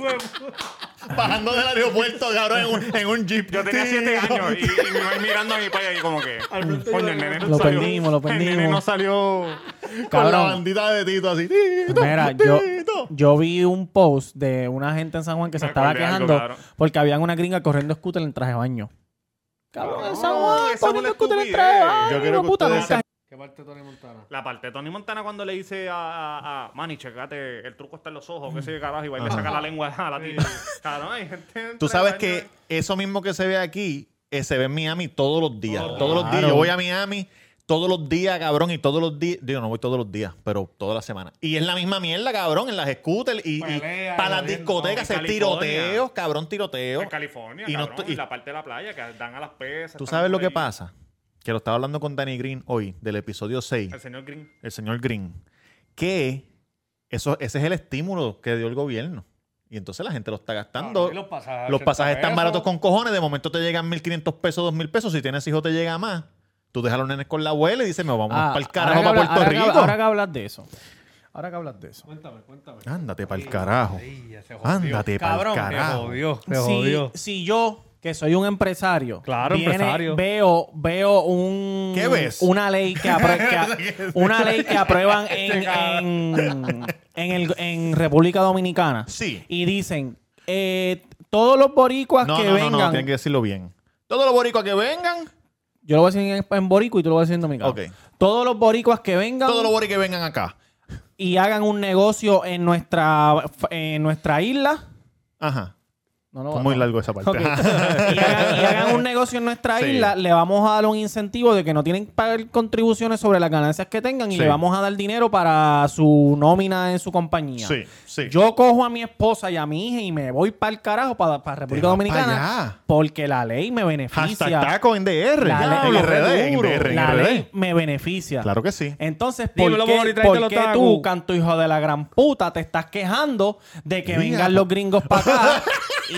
Speaker 2: Bajando del aeropuerto, cabrón, en un, en un jeep.
Speaker 9: Yo tenía siete años y, y mi mamá mirando a mi padre ahí como que... "Mm, Coño, el nene no
Speaker 4: Lo
Speaker 9: salió-
Speaker 4: perdimos, lo
Speaker 9: El nene
Speaker 4: perdimos.
Speaker 9: no salió...
Speaker 2: Con la
Speaker 4: cabrón.
Speaker 2: bandita de Tito así. Tito,
Speaker 4: Mira, yo,
Speaker 2: Tito.
Speaker 4: yo vi un post de una gente en San Juan que se
Speaker 9: Me
Speaker 4: estaba
Speaker 9: acordé de algo,
Speaker 4: quejando
Speaker 9: cabrón.
Speaker 4: porque habían una gringa corriendo scooter en traje de baño. Cabrón,
Speaker 2: No,
Speaker 4: el San Juan,
Speaker 2: esa
Speaker 4: poniendo
Speaker 2: bola
Speaker 4: el culo en
Speaker 2: es
Speaker 4: el
Speaker 2: tu
Speaker 4: trago.
Speaker 2: video.
Speaker 4: Ay,
Speaker 2: Yo quiero
Speaker 4: hijo
Speaker 2: que
Speaker 4: puta,
Speaker 2: ustedes
Speaker 4: no
Speaker 2: sepan-
Speaker 3: ¿Qué parte de Tony Montana?
Speaker 9: La parte de Tony Montana cuando le dice a, a, a, Manny, checate, el truco está en los ojos, que se carajo, y va y le saca la lengua a la tía. Claro, hay gente...
Speaker 2: Tú sabes que eso mismo que se ve aquí, eh, se ve en Miami todos los días.
Speaker 9: Todos los
Speaker 2: todos los
Speaker 4: días.
Speaker 2: días. Yo
Speaker 4: Claro.
Speaker 2: voy a Miami todos los días, cabrón, y todos los días. Digo, no voy todos los días, pero todas las semanas. Y es la misma mierda, cabrón, en las scooters y, y
Speaker 9: Pelea,
Speaker 2: para las
Speaker 9: jodiendo,
Speaker 2: discotecas,
Speaker 9: Pues en
Speaker 2: hacer
Speaker 9: California.
Speaker 2: tiroteos, cabrón, tiroteos.
Speaker 9: En California,
Speaker 2: Y no
Speaker 9: cabrón,
Speaker 2: estoy-
Speaker 9: y la parte de la playa que dan a las pesas.
Speaker 2: ¿Tú
Speaker 9: están
Speaker 2: sabes lo
Speaker 9: por
Speaker 2: que
Speaker 9: ahí.
Speaker 2: pasa? Que lo estaba hablando con Danny Green hoy, del episodio 6,
Speaker 9: El señor Green.
Speaker 2: el señor Green, que eso, ese es el estímulo que dio el gobierno. Y entonces la gente lo está gastando.
Speaker 3: Cabrón, y los pasajes.
Speaker 2: Los pasajes están
Speaker 3: 80
Speaker 2: baratos
Speaker 3: pesos.
Speaker 2: con cojones. De momento te llegan 1.500 pesos, 2.000 pesos. Si tienes hijos, te llega más. Tú dejas a los nenes con la abuela y dices, me vamos
Speaker 4: Ah,
Speaker 2: para el
Speaker 4: ahora
Speaker 2: carajo,
Speaker 4: que
Speaker 2: para
Speaker 4: habla-
Speaker 2: Puerto
Speaker 4: ahora que-
Speaker 2: Rico.
Speaker 4: Ahora que hablas de eso. Ahora que hablas de eso.
Speaker 3: Cuéntame, cuéntame.
Speaker 2: Ándate para el carajo.
Speaker 3: Ay, ya se jodió.
Speaker 2: Ándate para el
Speaker 4: Cabrón, me
Speaker 3: Se
Speaker 2: carajo.
Speaker 3: jodió, se
Speaker 4: si,
Speaker 3: jodió.
Speaker 4: si yo, que soy un empresario,
Speaker 3: Claro, empresario.
Speaker 4: veo, veo un,
Speaker 2: ¿Qué ves?
Speaker 4: una ley que, apro- que a- una ley que aprueban
Speaker 2: Este
Speaker 4: en, en, en el- en República Dominicana.
Speaker 2: Sí.
Speaker 4: Y dicen, eh, todos los boricuas
Speaker 2: No,
Speaker 4: que
Speaker 2: no, no,
Speaker 4: vengan,
Speaker 2: no, tienen que decirlo bien. Todos los boricuas que vengan,
Speaker 4: yo lo voy a decir en, en boricua y tú lo vas a decir en dominicano.
Speaker 2: Ok.
Speaker 4: Todos los boricuas que vengan
Speaker 2: todos los boricuas que vengan acá.
Speaker 4: y hagan un negocio en nuestra, en nuestra isla.
Speaker 2: Ajá.
Speaker 4: No lo
Speaker 2: Fue muy largo esa parte.
Speaker 4: Ok. y, hagan, y hagan un negocio en nuestra
Speaker 2: Sí.
Speaker 4: isla, le vamos a dar un incentivo de que no tienen que pagar contribuciones sobre las ganancias que tengan y
Speaker 2: Sí.
Speaker 4: le vamos a dar dinero para su nómina en su compañía.
Speaker 2: sí, sí.
Speaker 4: Yo cojo a mi esposa y a mi hija y me voy para el carajo, para, República
Speaker 2: vas
Speaker 4: Dominicana,
Speaker 2: pa' allá.
Speaker 4: porque la ley me beneficia.
Speaker 2: Hashtag taco en DR.
Speaker 4: La
Speaker 2: Ya,
Speaker 4: ley-
Speaker 2: en RD, en
Speaker 4: Duro.
Speaker 2: DR, en
Speaker 4: La
Speaker 2: RD.
Speaker 4: ley me beneficia.
Speaker 2: Claro que sí.
Speaker 4: Entonces, ¿por
Speaker 3: Dímelo, Bori,
Speaker 4: qué,
Speaker 3: tráete
Speaker 4: por
Speaker 3: los
Speaker 4: qué
Speaker 3: tacos.
Speaker 4: tú, canto hijo de la gran puta, te estás quejando de que
Speaker 2: Mira.
Speaker 4: vengan los gringos para acá?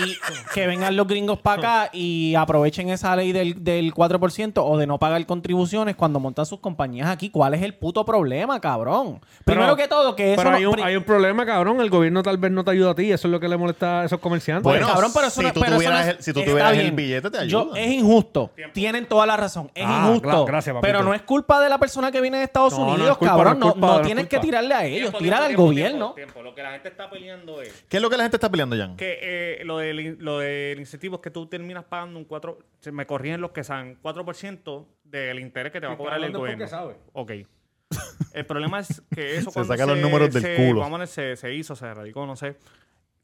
Speaker 4: y que vengan los gringos para acá y aprovechen esa ley del, del 4% o de no pagar contribuciones cuando montan sus compañías aquí. ¿Cuál es el puto problema, cabrón?
Speaker 3: Pero-
Speaker 4: Primero que todo, que eso...
Speaker 3: Pero
Speaker 4: no-
Speaker 3: hay un,
Speaker 4: pri-
Speaker 3: hay un problema, cabrón. El gobierno tal vez no te ayuda a ti. Eso es lo que le molesta a esos comerciantes.
Speaker 2: Bueno,
Speaker 4: cabrón, pero eso
Speaker 2: si
Speaker 4: no-
Speaker 2: tú
Speaker 4: pero eso no
Speaker 2: tuvieras
Speaker 4: es-
Speaker 2: el- si tú
Speaker 4: está
Speaker 2: tuvieras el
Speaker 4: bien.
Speaker 2: billete, te
Speaker 4: Yo-
Speaker 2: ayudan.
Speaker 4: es injusto. Tienen toda la razón. Es
Speaker 3: Ah,
Speaker 4: injusto.
Speaker 3: gra- gracias, papito.
Speaker 4: pero no es culpa de la persona que viene de Estados
Speaker 3: No, no es
Speaker 4: Unidos,
Speaker 3: culpa,
Speaker 4: cabrón.
Speaker 3: no
Speaker 4: No,
Speaker 3: es culpa,
Speaker 4: no
Speaker 3: no es
Speaker 4: tienes que
Speaker 3: culpa.
Speaker 4: tirarle a ellos.
Speaker 9: Tiempo,
Speaker 4: Tirar al
Speaker 9: tiempo, tiempo,
Speaker 4: gobierno.
Speaker 9: tiempo, tiempo. Lo que la gente está peleando es...
Speaker 2: ¿Qué es lo que la gente está peleando, Jan?
Speaker 9: que eh, lo, del, lo del incentivo es que tú terminas pagando un 4%, se me corrigen los que saben, 4% del interés que te va a
Speaker 3: Sí,
Speaker 9: cobrar el
Speaker 3: cabrón,
Speaker 9: gobierno.
Speaker 3: porque sabe.
Speaker 9: Ok. El problema es que eso
Speaker 2: Se
Speaker 9: cuando
Speaker 2: saca los números del culo.
Speaker 9: vamos a decir, se, se hizo, se erradicó, no sé.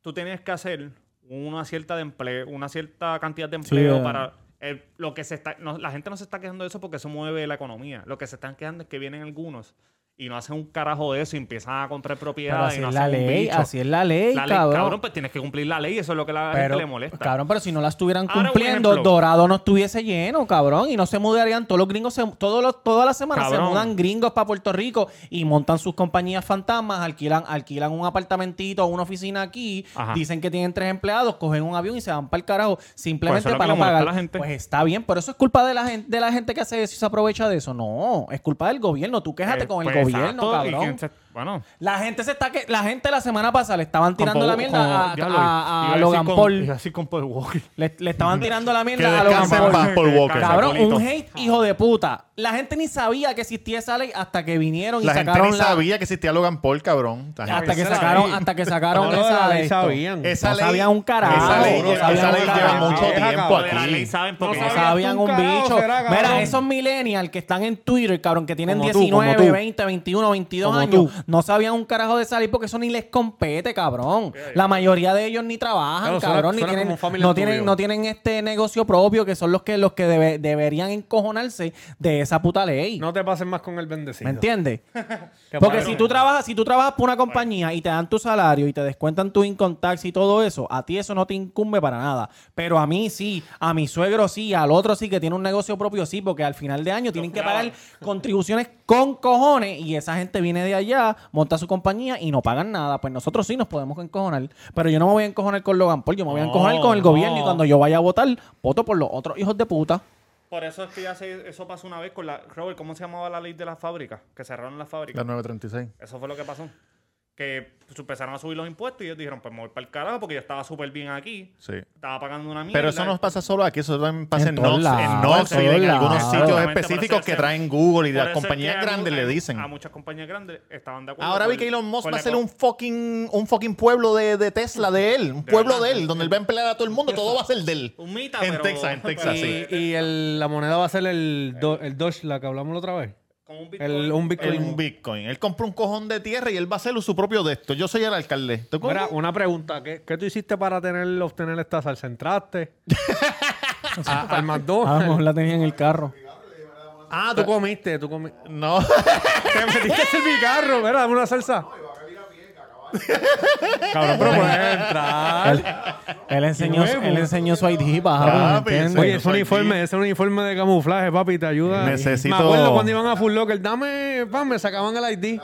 Speaker 9: Tú tienes que hacer una cierta de empleo, una cierta cantidad de empleo
Speaker 4: eh.
Speaker 9: para el- lo que se está no, la gente no se está quejando de eso porque eso mueve la economía. Lo que se están quejando es que vienen algunos y no hacen un carajo de eso y empiezan a comprar
Speaker 4: Pero
Speaker 9: propiedades
Speaker 4: así
Speaker 9: y no
Speaker 4: es
Speaker 9: hacen
Speaker 4: la
Speaker 9: un
Speaker 4: ley,
Speaker 9: bicho.
Speaker 4: así es la ley,
Speaker 9: La ley,
Speaker 4: cabrón.
Speaker 9: pues tienes que cumplir la ley, eso es lo que la gente
Speaker 4: Pero,
Speaker 9: le molesta.
Speaker 4: cabrón, pero si no la estuvieran
Speaker 9: Ahora, un
Speaker 4: cumpliendo,
Speaker 9: ejemplo.
Speaker 4: Dorado no estuviese lleno, cabrón, y no se mudarían. Todos los gringos, se, todos los, todas las semanas se
Speaker 9: Cabrón.
Speaker 4: mudan gringos para Puerto Rico y montan sus compañías fantasmas, alquilan, alquilan un apartamentito o una oficina aquí,
Speaker 9: Ajá.
Speaker 4: dicen que tienen tres empleados, cogen un avión y se van para el carajo simplemente
Speaker 9: Pues eso es lo
Speaker 4: para
Speaker 9: que
Speaker 4: no
Speaker 9: le molesta a
Speaker 4: pagar.
Speaker 9: la gente.
Speaker 4: Pues está bien, pero eso es culpa de la gente, de la gente que hace eso y se aprovecha de eso. No, es culpa del gobierno. Tú quéjate
Speaker 9: Eh,
Speaker 4: con el gobierno,
Speaker 9: pues, exacto, y
Speaker 4: cabrón.
Speaker 9: que se- bueno,
Speaker 4: La gente se está que la gente la semana pasada le estaban tirando
Speaker 9: con
Speaker 4: la
Speaker 9: Paul-
Speaker 4: mierda
Speaker 9: con-
Speaker 4: a,
Speaker 9: ya
Speaker 4: a-
Speaker 9: lo-
Speaker 4: a
Speaker 9: iba decir
Speaker 4: Logan
Speaker 9: con-
Speaker 4: Paul.
Speaker 9: iba a decir con Paul Walker.
Speaker 4: Le, le estaban tirando la
Speaker 2: Que
Speaker 4: mierda a Logan
Speaker 2: descanse en paz
Speaker 4: Paul.
Speaker 2: Paul Walker.
Speaker 4: Cabrón,
Speaker 2: Paulito.
Speaker 4: un hate hijo de puta. La gente ni sabía que existía esa ley hasta que vinieron y
Speaker 2: La gente
Speaker 4: sacaron
Speaker 2: ni
Speaker 4: la
Speaker 2: sabía que existía Logan Paul, cabrón. La gente-
Speaker 4: hasta que
Speaker 3: Esa
Speaker 4: sacaron
Speaker 3: ley.
Speaker 4: hasta que sacaron
Speaker 3: No, lo de
Speaker 4: esa
Speaker 3: la
Speaker 4: ley.
Speaker 3: ley sabían.
Speaker 4: No sabían un carajo,
Speaker 2: Esa ley,
Speaker 4: no sabían
Speaker 2: esa
Speaker 4: un
Speaker 2: ley lleva
Speaker 4: carajo.
Speaker 2: mucho
Speaker 3: Deja,
Speaker 2: tiempo
Speaker 3: cabrón.
Speaker 9: de la ley
Speaker 2: aquí.
Speaker 9: saben porque
Speaker 3: No
Speaker 4: No
Speaker 9: esa-
Speaker 4: sabían
Speaker 3: un
Speaker 4: un
Speaker 3: carajo,
Speaker 4: bicho.
Speaker 3: será, cabrón.
Speaker 4: Mira, esos millennials que están en Twitter, cabrón, que tienen
Speaker 3: Como tú,
Speaker 4: 19,
Speaker 3: como tú.
Speaker 4: 20, 21, 22
Speaker 3: Como
Speaker 4: años,
Speaker 3: tú.
Speaker 4: no sabían un carajo de salir porque eso ni les compete, cabrón. La mayoría de ellos ni trabajan,
Speaker 3: Claro, suena-
Speaker 4: cabrón, ni
Speaker 3: suena como
Speaker 4: tienen,
Speaker 3: un family
Speaker 4: no
Speaker 3: tuyo.
Speaker 4: tienen, no tienen este negocio propio que son los que los que debe- deberían encojonarse de esa puta ley.
Speaker 3: No te pases más con el bendecido.
Speaker 4: ¿Me entiendes?
Speaker 3: Que
Speaker 4: Porque
Speaker 3: bueno.
Speaker 4: si tú trabajas, si tú trabajas por una compañía y te dan tu salario y te descuentan tu income tax y todo eso, a ti eso no te incumbe para nada. Pero a mí sí, a mi suegro sí, al otro sí que tiene un negocio propio sí, porque al final de año tienen que pagar contribuciones con cojones y esa gente viene de allá, monta su compañía y no pagan nada. Pues nosotros sí nos podemos encojonar, pero yo no me voy a encojonar con Logan Paul, yo me voy a encojonar con el gobierno y cuando yo vaya a votar, voto por los otros hijos de puta.
Speaker 9: Por eso es que ya se, eso pasó una vez con la Robert, ¿cómo se llamaba la ley de las fábricas? Que cerraron las
Speaker 2: La
Speaker 9: fábricas.
Speaker 2: 936.
Speaker 9: Eso fue lo que pasó. que pues, empezaron a subir los impuestos y ellos dijeron, pues me voy para el carajo porque yo estaba súper bien aquí.
Speaker 2: Sí.
Speaker 9: Estaba pagando una mierda.
Speaker 2: Pero eso no pasa solo aquí, eso también pasa en,
Speaker 4: En
Speaker 2: Knox,
Speaker 4: todos lados,
Speaker 2: en Knox
Speaker 4: en
Speaker 2: y en
Speaker 4: todos
Speaker 2: algunos
Speaker 4: lados.
Speaker 2: sitios
Speaker 9: Ah, Exactamente, por
Speaker 2: específicos
Speaker 9: eso
Speaker 2: que
Speaker 9: se-
Speaker 2: traen Google y
Speaker 9: Por
Speaker 2: las
Speaker 9: eso es que
Speaker 2: compañías
Speaker 9: a-
Speaker 2: grandes le
Speaker 9: a-
Speaker 2: dicen.
Speaker 9: A muchas compañías grandes estaban de acuerdo.
Speaker 2: Ahora vi
Speaker 9: con-
Speaker 2: que Elon Musk
Speaker 9: con
Speaker 2: va a
Speaker 9: la
Speaker 2: hacer
Speaker 9: eco-
Speaker 2: un fucking, un fucking pueblo de, de Tesla de él, un pueblo de él, donde él va a emplear a todo el mundo, todo va a ser de él.
Speaker 9: Un mita,
Speaker 2: En
Speaker 9: pero-
Speaker 2: Texas, en Texas,
Speaker 9: pero-
Speaker 2: sí.
Speaker 3: Y, y el- la moneda va a ser el, do- el Doge, la que hablamos la otra vez.
Speaker 9: con un Bitcoin.
Speaker 3: El, un Bitcoin.
Speaker 2: El Bitcoin. Él compró un cojón de tierra y él va a hacer su propio de esto. Yo soy el alcalde. ¿Tú
Speaker 3: Mira,
Speaker 2: cómo?
Speaker 3: una pregunta. ¿Qué, qué tú hiciste para tener, obtener esta salsa? ¿Entraste? A- al
Speaker 4: A lo mejor
Speaker 3: McDonald's.
Speaker 4: Ah, la tenía en el carro.
Speaker 3: Ah, tú comiste, tú comiste.
Speaker 2: No.
Speaker 3: Te metiste en mi carro, mira, dame una salsa. Cabrón, pero puedes entrar.
Speaker 4: Él, él enseñó, él enseñó su ID, bajaron,
Speaker 2: Papi,
Speaker 4: ¿entiendes?
Speaker 3: Oye, ese
Speaker 2: Soy
Speaker 3: uniforme,
Speaker 2: aquí.
Speaker 3: ese uniforme de camuflaje, papi, te ayuda.
Speaker 2: Necesito-
Speaker 3: Me acuerdo cuando iban a Full Locker, dame, pam, me sacaban el ID.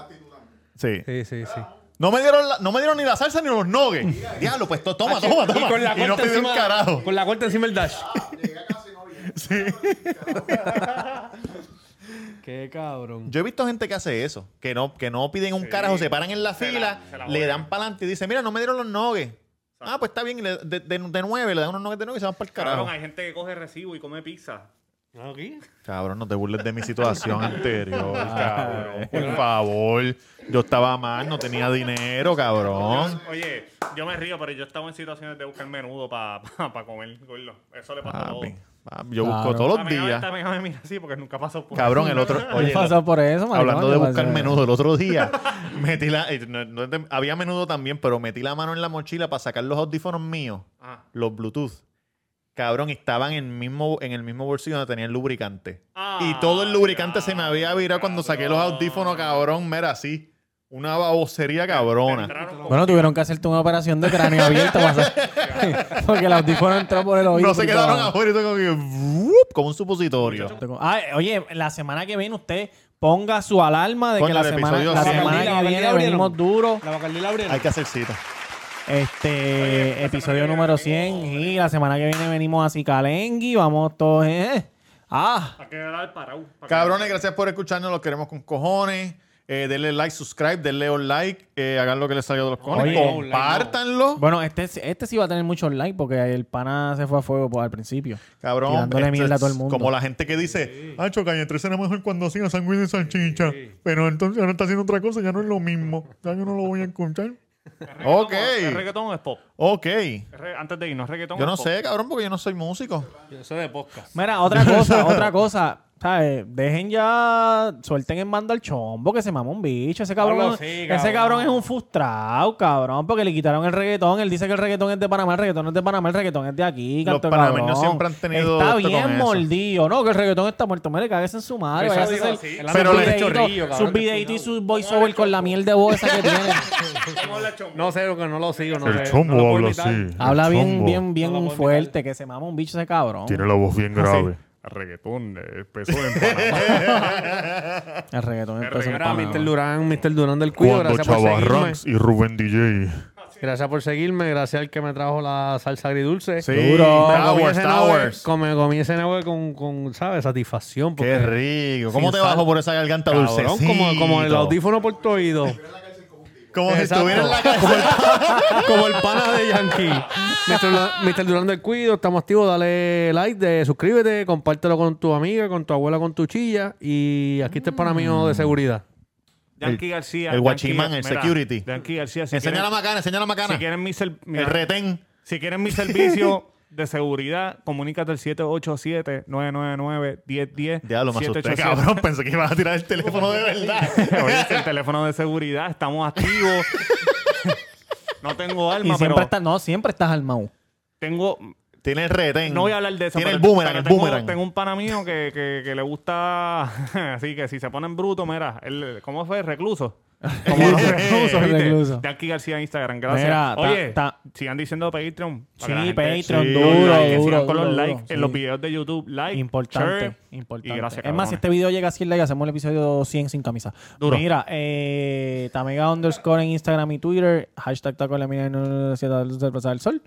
Speaker 2: Sí.
Speaker 3: Sí, sí, sí.
Speaker 2: No me dieron, la- no me dieron ni la salsa ni los nuggets. Diablo, pues to- toma, toma, toma. Y, no pidió un carajo.
Speaker 3: Con la corte encima el dash. Qué cabrón.
Speaker 2: Yo he visto gente que hace eso, que no, que no piden un carajo, se paran en la fila, le dan para adelante y dicen, mira, no me dieron los nuggets. Ah, pues está bien, y le- de, de, de nueve, le dan unos nuggets de nueve y se van para el carajo.
Speaker 9: Cabrón, hay gente que coge recibo y come pizza.
Speaker 3: Aquí.
Speaker 2: Cabrón, no te burles de mi situación anterior, cabrón. Por favor. Yo estaba mal, no tenía dinero, cabrón.
Speaker 9: Oye, yo me río, pero yo estaba en situaciones de buscar menudo para comer, gordo. Eso le pasa a todos.
Speaker 2: Papi, papi, yo busco
Speaker 4: Claro.
Speaker 2: todos
Speaker 9: A
Speaker 2: los
Speaker 9: mí
Speaker 2: días.
Speaker 9: ahorita me mira así porque nunca pasó por
Speaker 2: Cabrón, el otro.
Speaker 4: Él
Speaker 2: Oye,
Speaker 4: pasó por eso, maricón,
Speaker 2: Hablando de
Speaker 4: ¿qué
Speaker 2: buscar
Speaker 4: pasa?
Speaker 2: menudo el otro día, metí la, eh, no- no te- había menudo también, pero metí la mano en la mochila para sacar los audífonos míos,
Speaker 9: Ah.
Speaker 2: los Bluetooth. Cabrón, y estaban en, el mismo, en el mismo bolsillo donde tenía el lubricante.
Speaker 9: Ah,
Speaker 2: y todo el lubricante se me había virado cuando
Speaker 9: cabrón.
Speaker 2: saqué los audífonos, cabrón. Mira, así. Una babosería cabrona.
Speaker 9: Entraron con-
Speaker 4: Bueno, tuvieron que hacerte una operación de cráneo abierto. para hacer- Porque el audífono entró por el oído.
Speaker 2: No se
Speaker 4: y
Speaker 2: quedaron
Speaker 4: todo.
Speaker 2: afuera y todo como que... ¡vup! Como un supositorio.
Speaker 4: Ah, oye, la semana que viene usted ponga su alarma de
Speaker 2: Coño,
Speaker 4: que la
Speaker 2: el
Speaker 4: semana,
Speaker 2: episodio
Speaker 4: la
Speaker 2: cien.
Speaker 4: semana
Speaker 3: Bacardí, la
Speaker 4: que
Speaker 3: Bacardí
Speaker 4: viene
Speaker 3: la abrieron.
Speaker 4: venimos duro.
Speaker 3: La Bacardi la abrieron.
Speaker 2: Hay que hacer cita.
Speaker 4: Este episodio número 100. Y la semana que viene venimos a Cicalengui. Vamos todos. eh. Ah,
Speaker 9: Para quedar parado. para
Speaker 2: Cabrones, gracias por escucharnos. Los queremos con cojones. Eh, denle like, subscribe, denle un like. eh, hagan lo que les salió de los cojones.
Speaker 3: Oye, no, un like no.
Speaker 2: Compártanlo.
Speaker 4: bueno, este, este sí va a tener muchos likes porque el pana se fue a fuego pues, al principio.
Speaker 2: Cabrón.
Speaker 4: Tirándole
Speaker 2: esto
Speaker 4: mierda a
Speaker 2: es
Speaker 4: todo el mundo.
Speaker 2: Como la gente que dice, ah, Calle 13 era mejor cuando hacía sanguíneo y salchicha. Pero entonces ahora está haciendo otra cosa, ya no es lo mismo. Ya yo no lo voy a escuchar. ok.
Speaker 9: ¿Es reggaetón o es pop?
Speaker 2: Ok.
Speaker 9: ¿Es re- Antes de irnos, ¿es reggaetón
Speaker 2: Yo
Speaker 9: o
Speaker 2: no
Speaker 9: es pop?
Speaker 2: sé, cabrón, porque yo no soy músico.
Speaker 3: Yo soy de podcast.
Speaker 4: Mira, otra cosa, otra cosa. ¿Sabes? Dejen ya, suelten en banda al chombo que se mamó un bicho. Ese cabrón,
Speaker 3: Pablo, sí,
Speaker 4: ese
Speaker 3: cabrón.
Speaker 4: cabrón es un frustrado, cabrón, porque le quitaron el reggaetón. Él dice que el reggaetón es de Panamá, el reggaetón es de Panamá, el reggaetón es de aquí.
Speaker 2: Los
Speaker 4: canto de
Speaker 2: panameños
Speaker 4: cabrón.
Speaker 2: siempre han tenido
Speaker 4: Está
Speaker 2: esto con
Speaker 4: bien
Speaker 2: eso.
Speaker 4: mordido, ¿no? Que el reggaetón está muerto. Mire, cáguese en su madre.
Speaker 3: Eso
Speaker 4: Vaya a
Speaker 3: dijo
Speaker 4: hacer
Speaker 3: así.
Speaker 4: sus
Speaker 3: Él
Speaker 2: anda bien
Speaker 4: videitos-
Speaker 3: chorrillo, cabrón,
Speaker 4: sus
Speaker 3: ten
Speaker 4: videitos y
Speaker 3: cuidado.
Speaker 4: sus voiceover con la miel de voz esa que tiene.
Speaker 3: No sé lo que no lo sigo, no
Speaker 12: El
Speaker 3: sé.
Speaker 12: chombo
Speaker 3: no lo puedo
Speaker 12: habla
Speaker 3: imitar.
Speaker 12: así.
Speaker 4: Habla
Speaker 12: El
Speaker 4: bien,
Speaker 12: chombo
Speaker 4: bien,
Speaker 3: No lo
Speaker 4: bien
Speaker 3: puedo
Speaker 4: fuerte, que se mama un bicho ese cabrón.
Speaker 12: Tiene la voz bien grave.
Speaker 9: Reggaetón, eh, empezó en Panamá.
Speaker 4: El reggaetón empezó en
Speaker 3: Mira,
Speaker 4: Panamá.
Speaker 3: Mr. Durán, Mr. Durán del Cuido,
Speaker 12: Cuando
Speaker 3: gracias por seguirme.
Speaker 12: Chavarranks y Rubén DJ.
Speaker 3: Gracias por seguirme, gracias al que me trajo la salsa agridulce.
Speaker 4: Duro.
Speaker 3: Me comí
Speaker 2: Towers,
Speaker 3: ese nugget-
Speaker 2: Towers.
Speaker 3: come- comí ese nugget con, con, ¿sabes? Satisfacción.
Speaker 2: Qué
Speaker 3: porque-
Speaker 2: rico. ¿Cómo
Speaker 3: Sin
Speaker 2: te
Speaker 3: sal.
Speaker 2: bajo por esa garganta dulce?
Speaker 3: Cabrón, como, como el audífono por tu oído.
Speaker 2: Como si
Speaker 3: Exacto.
Speaker 2: estuviera en la casa.
Speaker 3: Como el pana de Yankee. Mr. Durán- Mr. Durán del Cuido, estamos activos. Dale like, de- suscríbete, compártelo con tu amiga, con tu abuela, con tu chilla. Y aquí está el pana mío de
Speaker 2: Mm.
Speaker 3: seguridad.
Speaker 9: Yankee García.
Speaker 2: el
Speaker 9: Yankee-
Speaker 2: guachimán, el security.
Speaker 9: Yankee García. Si
Speaker 2: enseña la
Speaker 9: quieren,
Speaker 2: macana, enseña la
Speaker 9: si
Speaker 2: macana.
Speaker 9: quieren mi ser-
Speaker 2: el
Speaker 9: mira,
Speaker 2: retén.
Speaker 9: Si quieren mi servicio de seguridad, comunícate al 787-999-1010.
Speaker 2: Diablo, me asusté,
Speaker 9: 787.
Speaker 2: cabrón. Pensé que ibas a tirar el teléfono de verdad.
Speaker 9: Oye, es el teléfono de seguridad, estamos activos. No tengo
Speaker 4: Y
Speaker 9: alma,
Speaker 4: siempre
Speaker 9: pero
Speaker 4: estás, no, siempre estás al mau.
Speaker 9: tengo...
Speaker 2: Tiene el retén.
Speaker 9: No voy a hablar de eso.
Speaker 2: Tiene el
Speaker 9: pero-
Speaker 2: boomerang,
Speaker 9: pero
Speaker 2: el
Speaker 9: tengo,
Speaker 2: boomerang.
Speaker 9: Tengo un pana mío que, que, que le gusta... Así que si se ponen bruto, mira, él- ¿cómo fue? Recluso. Como los reclusos, ¿viste?
Speaker 4: Recluso.
Speaker 9: Yankee García en Instagram, gracias.
Speaker 4: Mira, ta-
Speaker 9: Oye,
Speaker 4: ta-
Speaker 9: sigan diciendo Patreon.
Speaker 4: Sí,
Speaker 9: para que la gente-
Speaker 4: Patreon,
Speaker 2: sí,
Speaker 4: duro,
Speaker 9: Con los likes, que
Speaker 4: duro,
Speaker 9: sigan con los
Speaker 4: duro,
Speaker 9: likes
Speaker 4: duro,
Speaker 9: en los
Speaker 4: sí.
Speaker 9: videos de YouTube. Like,
Speaker 4: Importante,
Speaker 9: share,
Speaker 4: importante.
Speaker 9: Y gracias,
Speaker 4: es
Speaker 9: cabrones.
Speaker 4: más, si este video llega a 100 likes, hacemos el episodio 100 sin camisa.
Speaker 9: Duro.
Speaker 4: Mira, eh, Tamega underscore en Instagram y Twitter, hashtag taco en la mina en del Pasar del Sol,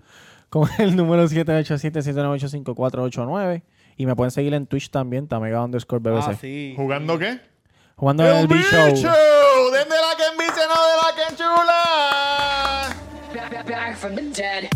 Speaker 4: con el número 787-798-5489. Y me pueden seguir en Twitch también, Tamega underscore
Speaker 9: Ah,
Speaker 4: BBC.
Speaker 3: sí.
Speaker 2: ¿Jugando qué?
Speaker 4: Jugando en el
Speaker 2: ¡El bicho!
Speaker 4: B-Show.
Speaker 2: ¡Denme la que envicia, no de la que enchula!
Speaker 13: back from the dead.